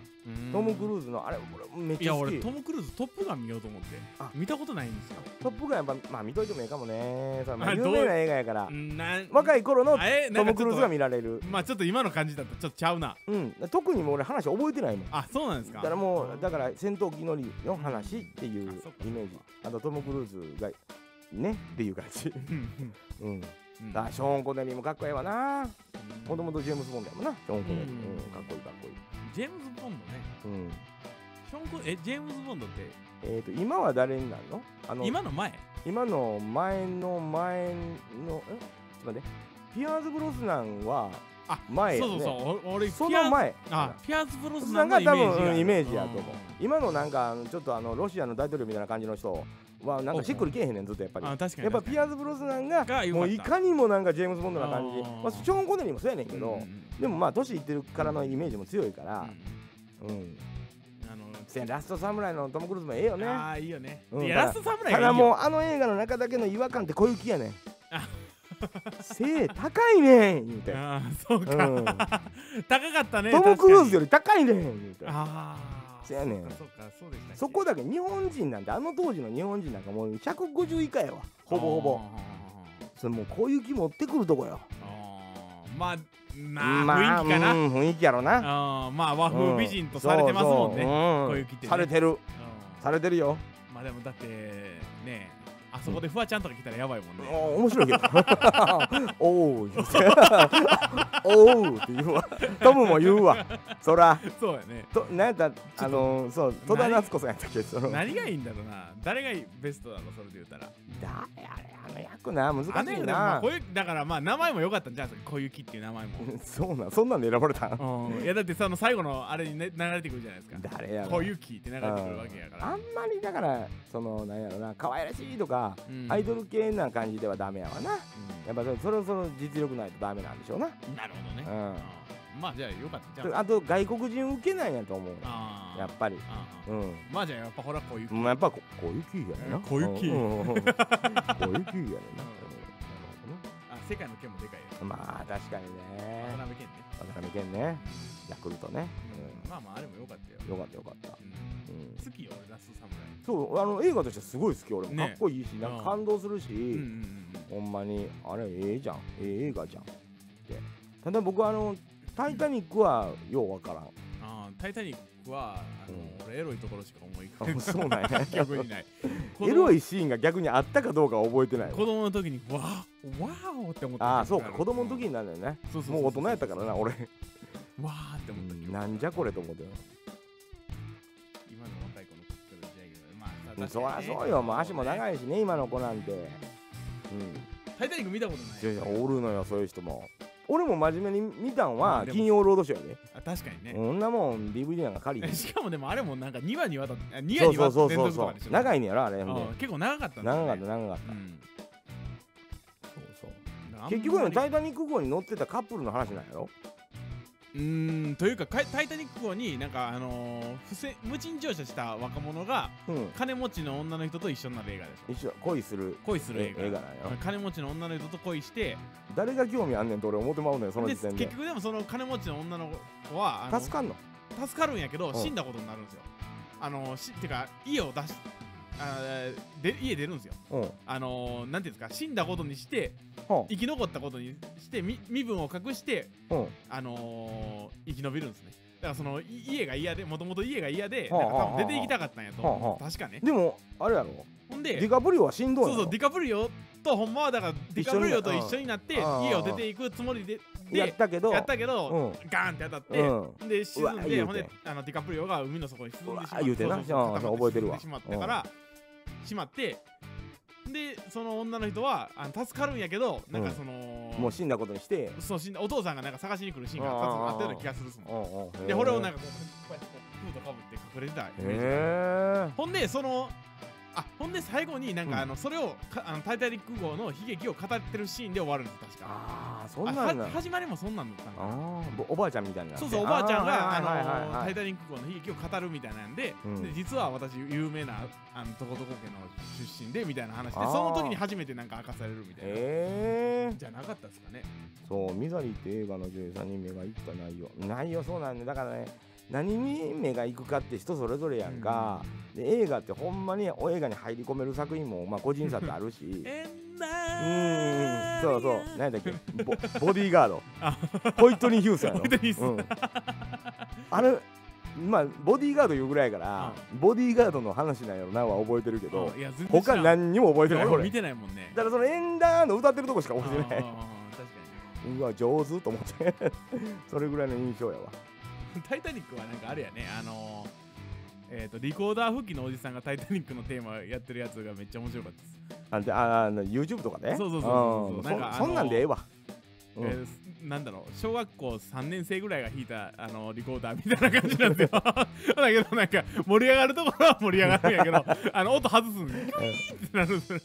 トム・クルーズのあれ俺めっいちやゃ好俺きトム・クルーズトップガン見ようと思ってあ見たことないんですよトップガンやっぱまあ見といてもいいかもねそれまああ有どう名な映画やからうんなん若い頃のあえなトんかム・ちクょっとルーズが見られるまあちょっと今の感じだとちょっとちゃうなうん特にもう俺話覚えてないもんあそうなんですかだからもうだから戦闘機乗りの話っていうあそっかイメージあとトム・クルーズがねっていう感じうんうんうんうんあショーン・コネリーもかっこええわなもともとジェームズ・ボンドやもんなショーン・コネリー、ううんんかっこいいかっこいいジェームズ・ボンドねうんショーンコえジェームズ・ボンドってえー、と今は誰になるのあの今今の前の前の前のえちょっと待ってピアーズ・ブロスナンはあ前そうやねそうそうお俺そピアーの前あピアーズ・ブロスなナんンのがイメ多ージがあ分るイメージやと思ううん今のなんかちょっとあのロシアの大統領みたいな感じの人はなんかしっくりけえへんねんずっとやっぱりあ確かにやっぱピアーズ・ブロスナンがが良もかうったいかにもなんかジェームズ・ボンドな感じあーまあ、ショーン・コネリーもそうやねんけど、うんうんでもまあ年いってるからのイメージも強いかうんら、うんあのせやラストサムライのトム・クルーズもええよねああいいよねうんいやだラストサムライたがいいだよもうあの映画の中だけの違和感って小雪やねんあ背高いねん言うて、ああそううか ん、高かったねトム・クルーズよりり高いねん言うてああせやねんそうかそうでしたっけそこだけ日本人なんてあの当時の日本人なんかもう150以下やわほぼほぼそれもう小雪持ってくるとこよあーあーまあまあ雰囲気かなうん雰囲気やろなあーまあ和風美人とされてますもんね小小雪ってねされてるうんされてるよまあでもだってねあそこでフワちゃんとか来たらやばいもんねお面白いけど おお言うて おおって言うわトムも言うわそらそうやねとなんやったらあのーそう戸田夏子さんやったっけその何がいいんだろうな誰がいいベストだろうそれで言うたらだあれあの役な難しあのい役でもまあな小雪だからまあ名前も良かったんじゃん小雪っていう名前 そうなんそんなんで選ばれたんもうんいやだってその最後のあれにね流れてくるじゃないですか誰やろ小雪って流れてくるわけやかあらんまりだからそのなんやろな可愛らしいとうか、んアイドル系な感じではダメやわなやうっぱそれそれその実力ないとダメなんでしょうな、んなるほどねううんまあじゃあよかったじん、ゃああと外国人受けないんやと思うあーやっぱりあーうんまあじゃあやっぱほら小雪まあやっぱこ小雪やな小雪 うんうんうん小雪やねんな、うんなるあ世界の剣もでかいよほどなまあ確渡辺剣かにねね渡辺謙ねヤクルトね、うんまあまああれもよかったようん、よかったよかった、うんうん、好きよ俺ラストサムライそうあの映画としてすごい好き俺もかねっこいいし、なんか感動するし、うんうんうんほんまにあれええじゃんええ映画じゃんってただ僕あの「タイタニック」はようわからんあータイタニックはあの、う俺エロいところしか思い浮かあそうなん や記憶に ないエロいいシーンが逆にあったかどうかは覚えてない子供の時にわあわーおって思ったああそうか子供の時になるよねそうそうそうもう大人やったからな俺わーって思った記憶なんじゃこれと思って今の若い子の口からじゃいけどまあさうん確そりかゃにねそうよもう足もね長いしね今の子なんてうんタイタニック見たことないいやいやおるのよそういう人も俺も真面目に見たんはうんでも金曜ロードショーやあ確かにでね、こんなもん DVD なんか借 りてしかもでもあれもなんか2話にわたってあ2話そうにそわたって連続うそうそうとそかでしうょ長いいねやろあれほんで結構長かったん長かったかっ、長かったうんたそうそうだからあんまり、結局の「タイタニック」号に乗ってたカップルの話なんやろうーんというかかいタイタニック号になんかあのー不正無賃乗車した若者がうん金持ちの女の人と一緒になる映画でしょ一応恋する恋する映画え映画なんや金持ちの女の人と恋して誰が興味あんねんと俺思ってまうねんそので時点で結局でもその金持ちの女の子はあの助かんの助かるんやけどん死んだことになるんですよあのしってか家を出しあーで家出るんですようんはあのー、なんていうんですか死んだことにしてあ生き残ったことにしてみ身分を隠してうんあのー、生き延びるんですねだからそのい家が嫌でもともと家が嫌ではあなんかはあ多分出ていきたかったんやとはあは思あう確かねでもあれやろほんデでィカプリオはしんどいそのうそうディカプリオとほんまはだからディカプリオと一緒になって一緒になうん家を出ていくつもりででやったけどやったけど、うんガーンって当たって、うで沈うわん言うでてほんであのディカプリオが海の底に沈んでしまうわ言うてなそうそうそううん覚えてるわ沈んでしまったから、しまってでその女の人はあの助かるんやけどなんかその、もう死んだことにしてそう死んだお父さんがなんか探しに来るシーンが多分あったような気がするっすもんうんうんで俺をなんへかこうこうやってこうフードかぶって隠れてたイメージえほんでそのあほんで最後になんうんかあのそれをかあの「タイタニック号」の悲劇を語ってるシーンで終わるんです確かああそあんなんなは始まりもそんなんだったのかなあーぼおばあちゃんみたいになっそてうそうおばあちゃんが「あのーはいはいーはタいイタニック号」の悲劇を語るみたいなんで,、うんで実は私有名なあのとことこ家の出身でみたいな話であそーの時に初めてなんか明かされるみたいな、ええじゃなかったですかねそう「ミザリー」って映画の女優さんに目がいった内容内容そうなんだだからね何に目がいくかって人それぞれやんか、で映画ってほんまにお映画に入り込める作品も、まあ、個人差ってあるし えんなーうーんそうそう何だっけボボディーガードあホイットニー・ヒュースやろホイットニーヒュースうん、あれまあボディーガード言うぐらいやから、ボディーガードの話なんやろなは覚えてるけど、うんいや全然知ら他ん何にも覚えてない俺こもれ見だてないもんねからそのエンダーの歌ってるとこしか覚えてあなーい確かうわ上手と思って それぐらいの印象やわに 「タイタニック」はなんかあれやねあのーえー、とリコーダー吹きのおじさんが「タイタニック」のテーマやってるやつがめっちゃ面白かったです、あでああの YouTube とかでそうそうそうそううんなんかあそのそんなんでええわ、うんえーすなんだろう小学校3年生ぐらいが弾いた、あのリコーダーみたいな感じなんですよ だけどなんか盛り上がるところは盛り上がるんやけ どあの音外すんでってなるんですよね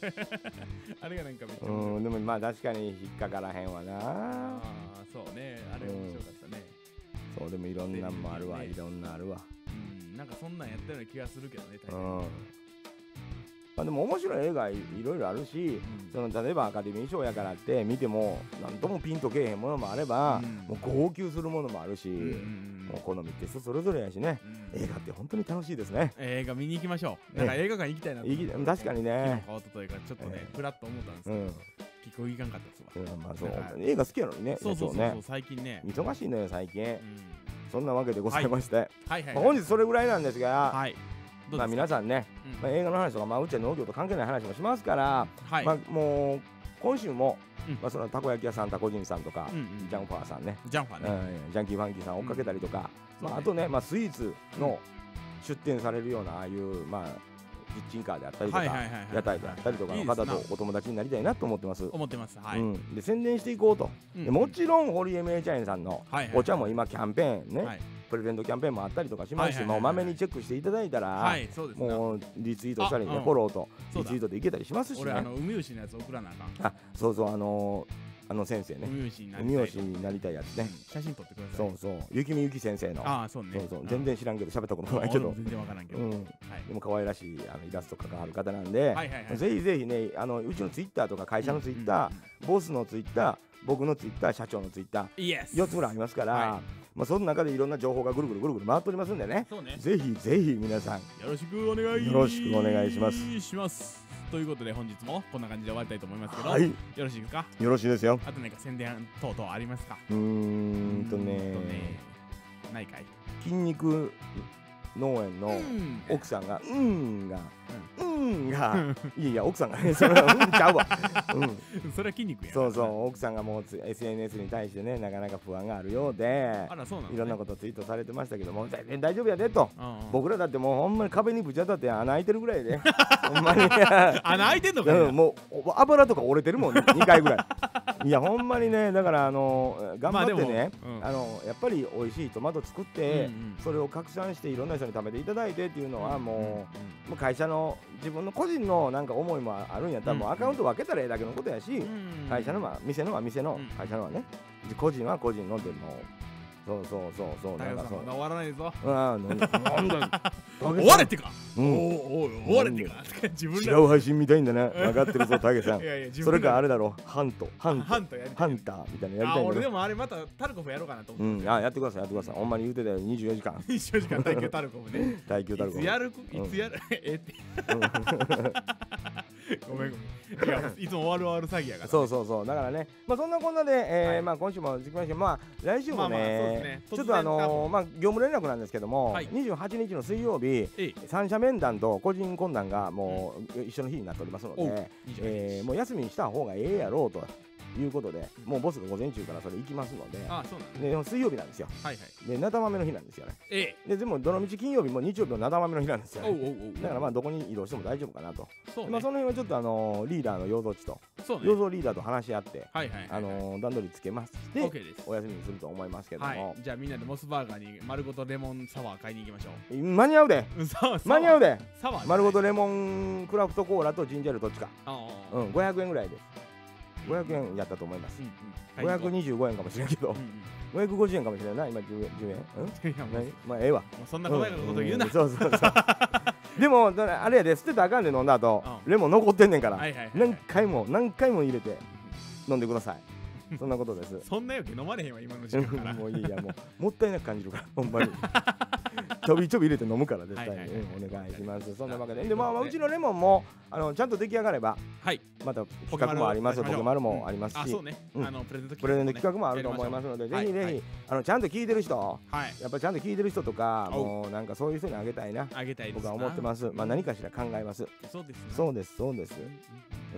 あれがなんかめっちゃ面う白んい、でもまあ確かに引っかからへんわなああそうねあれ面白かったね、そうでもいろんなんもあるわでいろんなあるわうん、なんかそんなんやったような気がするけどねタイうタニんックまあでも面白い映画いいろいろあるしうんその例えばアカデミー賞やからって見ても何ともピンとけえへんものもあれば、うんもう号泣するものもあるし、うんうんもう好みって人それぞれやしねうん映画って本当に楽しいですね映画見に行きましょう。なねんか映画館行きたいなと思って。行き確かにね昨日買おうとというか、ちょっとねえ、ふらっと思ったんですけうど、ん結構行かんかったですわ。うんまあそうだから映画好きやのにねそうそうそ社う長そう、ね最近ね。忙しいのよ最近、うんそんなわけでございまして、はいはいまあはい。本日それぐらいなんですが、はい。どうまあですか皆さんね、うんまあ、映画の話とか、まあ、うちは農業と関係ない話もしますから、はいま。あ、もう今週も、うんまあ、そのたこ焼き屋さんタコ人さんとか、うんうんジャンファーさんね、ジャンファーね。うんジャンキーファンキーさん追っかけたりとか、うんそまあ、うねあとね、まあ、スイーツの出店されるようなああいう、まあ、キッチンカーであったりとか、はいはいはいはい屋台であったりとかのい方いですとなお友達になりたいなと思ってます。。思ってます。はいうん、で宣伝していこうと、うんでもちろん堀江名茶園さんのはいはいお茶も今キャンペーンね、はいプレゼントキャンペーンもあったりとかしますし、はいはいはいまあおまめにチェックしていただいたら、はい、そうですね。もうリツイートしたりね、あうんフォローとそうリだツイートでいけたりしますし俺、ねあの、海牛のやつ送らなあかん。あそうそうあのーあの先生ね海牛になりたい海牛になりたいやつうんね、写真撮ってください。そうそう雪見ゆき先生のああ、そうね。そうそううん全然知らんけど喋ったこともないけ俺ども全然わからんけうど。はい。んでも可愛らしいあのイラスト描かはる方なんで、はいはいはい。ぜひぜひねあのうちのツイッターとか会社のツイッター、うんうんボスのツイッター僕のツイッター社長のツイッターうんイエス4つぐらいありますから、はまあ、その中でいろんな情報がぐるぐるぐるぐる回っておりますんでねそうね。ぜひぜひ皆さんよろしくお願いよろしくお願いしましますということで本日もこんな感じで終わりたいと思いますけど、はいよろしいですかよろしいですよあと何か宣伝等々ありますかうーんとねうーんとないかい筋肉農園のん奥さんが「うん」が「うん」がいやいや奥さんがねそ れは「うん」ちゃうわ、うん、それは筋肉やなそうそう奥さんがもうつ SNS に対してねなかなか不安があるようであらそうなの、ね、いろんなことツイートされてましたけども全然大丈夫やでと。うんうん僕らだってもうほんまに壁にぶち当たって穴開いてるぐらい でほんまに穴開いてんのかいなうん、もうお油とか折れてるもん、ね、2回ぐらい。 いやほんまにねだからあの頑張ってね、まあでもうんあのやっぱり美味しいトマト作って、うんうんそれを拡散していろんな人に食べていただいてっていうのはもう。うもう会社の自分の個人のなんか思いもあるんやったら、もうアカウント分けたらええだけのことやし、ん会社のは店のは店の、うん会社のはねで個人は個人のっていうのをそうそうそうそう太なん陽かさんまそうだ終わらないぞ うん飲んだ飲んだ終われってか、うおんおおう終われってか、自分違らう配信見たいんだな分かってるぞタゲさ んいやいや自分らそれかあれだろハントハントハントやりハンターみたいなのやりあたいん俺だでろもあれまたタルコフやろうかなとう思って、んあやってくださいやってくださいほんまに言うてたよ24時間一生時間耐久タルコフ ね耐久だろいつやるいつやる、 えってごめんごめんいやいつも終わる終わる詐欺やからそうそうそうだからねまあそんなこんなで、えーまあ今週も続きましてまあ来週まあもね,、まあそうですねちょっとあ突然多のーまあ業務連絡なんですけども、はい28日の水曜日えい三者面談と個人懇談がもう一緒の日になっておりますのおで、 28えーもう休みにした方がええやろうということでもうボスが午前中からそれ行きますのであそうなんだで水曜日なんですよはいはいでなだ豆の日なんですよねえででもどの道金曜日も日曜日もなだ豆の日なんですえよおうねおうおうだからまあどこに移動しても大丈夫かなと、そうね、まあ、その辺はちょっとあのーリーダーの要蔵地とそう要ね蔵リーダーと話し合ってはいはいはい、あのー段取りつけますオッでケーですお休みにすると思いますけどはもい、じゃあみんなでモスバーガーに丸ごとレモンサワー買いに行きましょ間に合うでう。サワー間に合うででサワー丸ごとレレモンクラフトコーラとジンジャーエールどっちかモン。ああうん500円ぐらいです500円やったと思いますうんうん。買いに行こ525円かもしれんけどううん550円かもしれんない今 10, 円10円ううんん。いやもう何まあええわもうそんな細やかなこと言うな。んそうそうそうでもだからあれやで捨てたらあかんで飲んだ後うんレモン残ってんねんから、はいはいはいは何い。回も何回も入れて飲んでくださいそんなことです。そんな余計飲まれへんわ今の時間からもういいやもうもったいなく感じるからほんま にちょびちょび入れて飲むから絶対に、はいはいはいうんお願いしますそんなわけでで、まあまあ、うちのレモンもあのちゃんと出来上がればはい。また企画もありますよポポケケママルルもありますあし、そうね。うんあのプレゼントプレゼントね企画もあると思います。ので、ぜひぜひ、はいはいあのちゃんと聞いてる人、はい。やっぱりちゃんと聞いてる人とか、おうもうなんかそういう人にあげたいな、あげたいです僕な。は思ってます。まあ何かしら考えます。す。そうですね。そうです、そうです。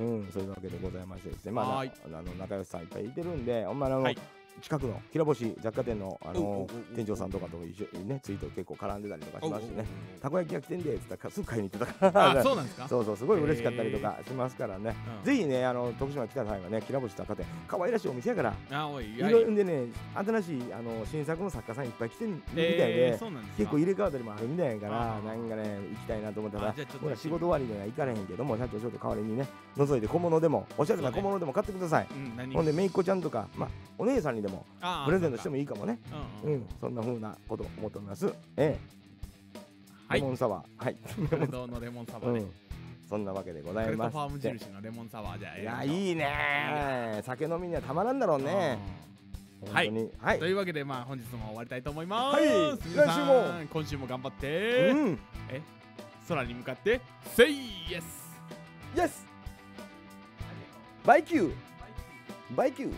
うん、そういうわけでございましてですね、まあ、はなーいあの仲良しさんいっぱいいてるんで、ほんまあの、はい近くのきらぼし雑貨店のあおうおうおのうおう店長さんとかと一緒にね、ツイート結構絡んでたりとかしますしね、たおうおうおうこ焼きが来てんでって言ったら、すぐ買いに行ってたかあ ら、そうなんですか。そうそう、すごい嬉しかったりとかしますからね。うんぜひね、あの徳島来た際はね、きらぼし雑貨店、可愛らしいお店やから、あおい。いやろいろでね、新しいあの新作の作家さんいっぱい来てるみたいで、えーそうなんですか。結構入れ替わったりもあるみたいやからあ、ーなんかね、行きたいなと思ったらあじゃあちょっ、とほら仕事終わりには行かれへんけども、社長ちょっと代わりにね、覗いて小物でも、おしゃれな小物でも買ってください。うん何。ほんで、めいっ子ちゃんとか、まあ、お姉さんにでも、あープレゼントしてもいい。いいかもね。うんううんん、そんな風なことを思っております。ええ、はレいモ。ンサワー、はい。クレドのレモンサワうーねん。そんなわけでござクいレドまファームす。印のレモンサワーじゃあいや、いいいね。酒飲みにはたまらんだろうね。はい本当に。はいと。いうわけでまあ本日も終わりたいと思います、はい皆さん来週今週も頑張って、うん。空に向かって Say yes! Yes! Bye Q! Bye Q!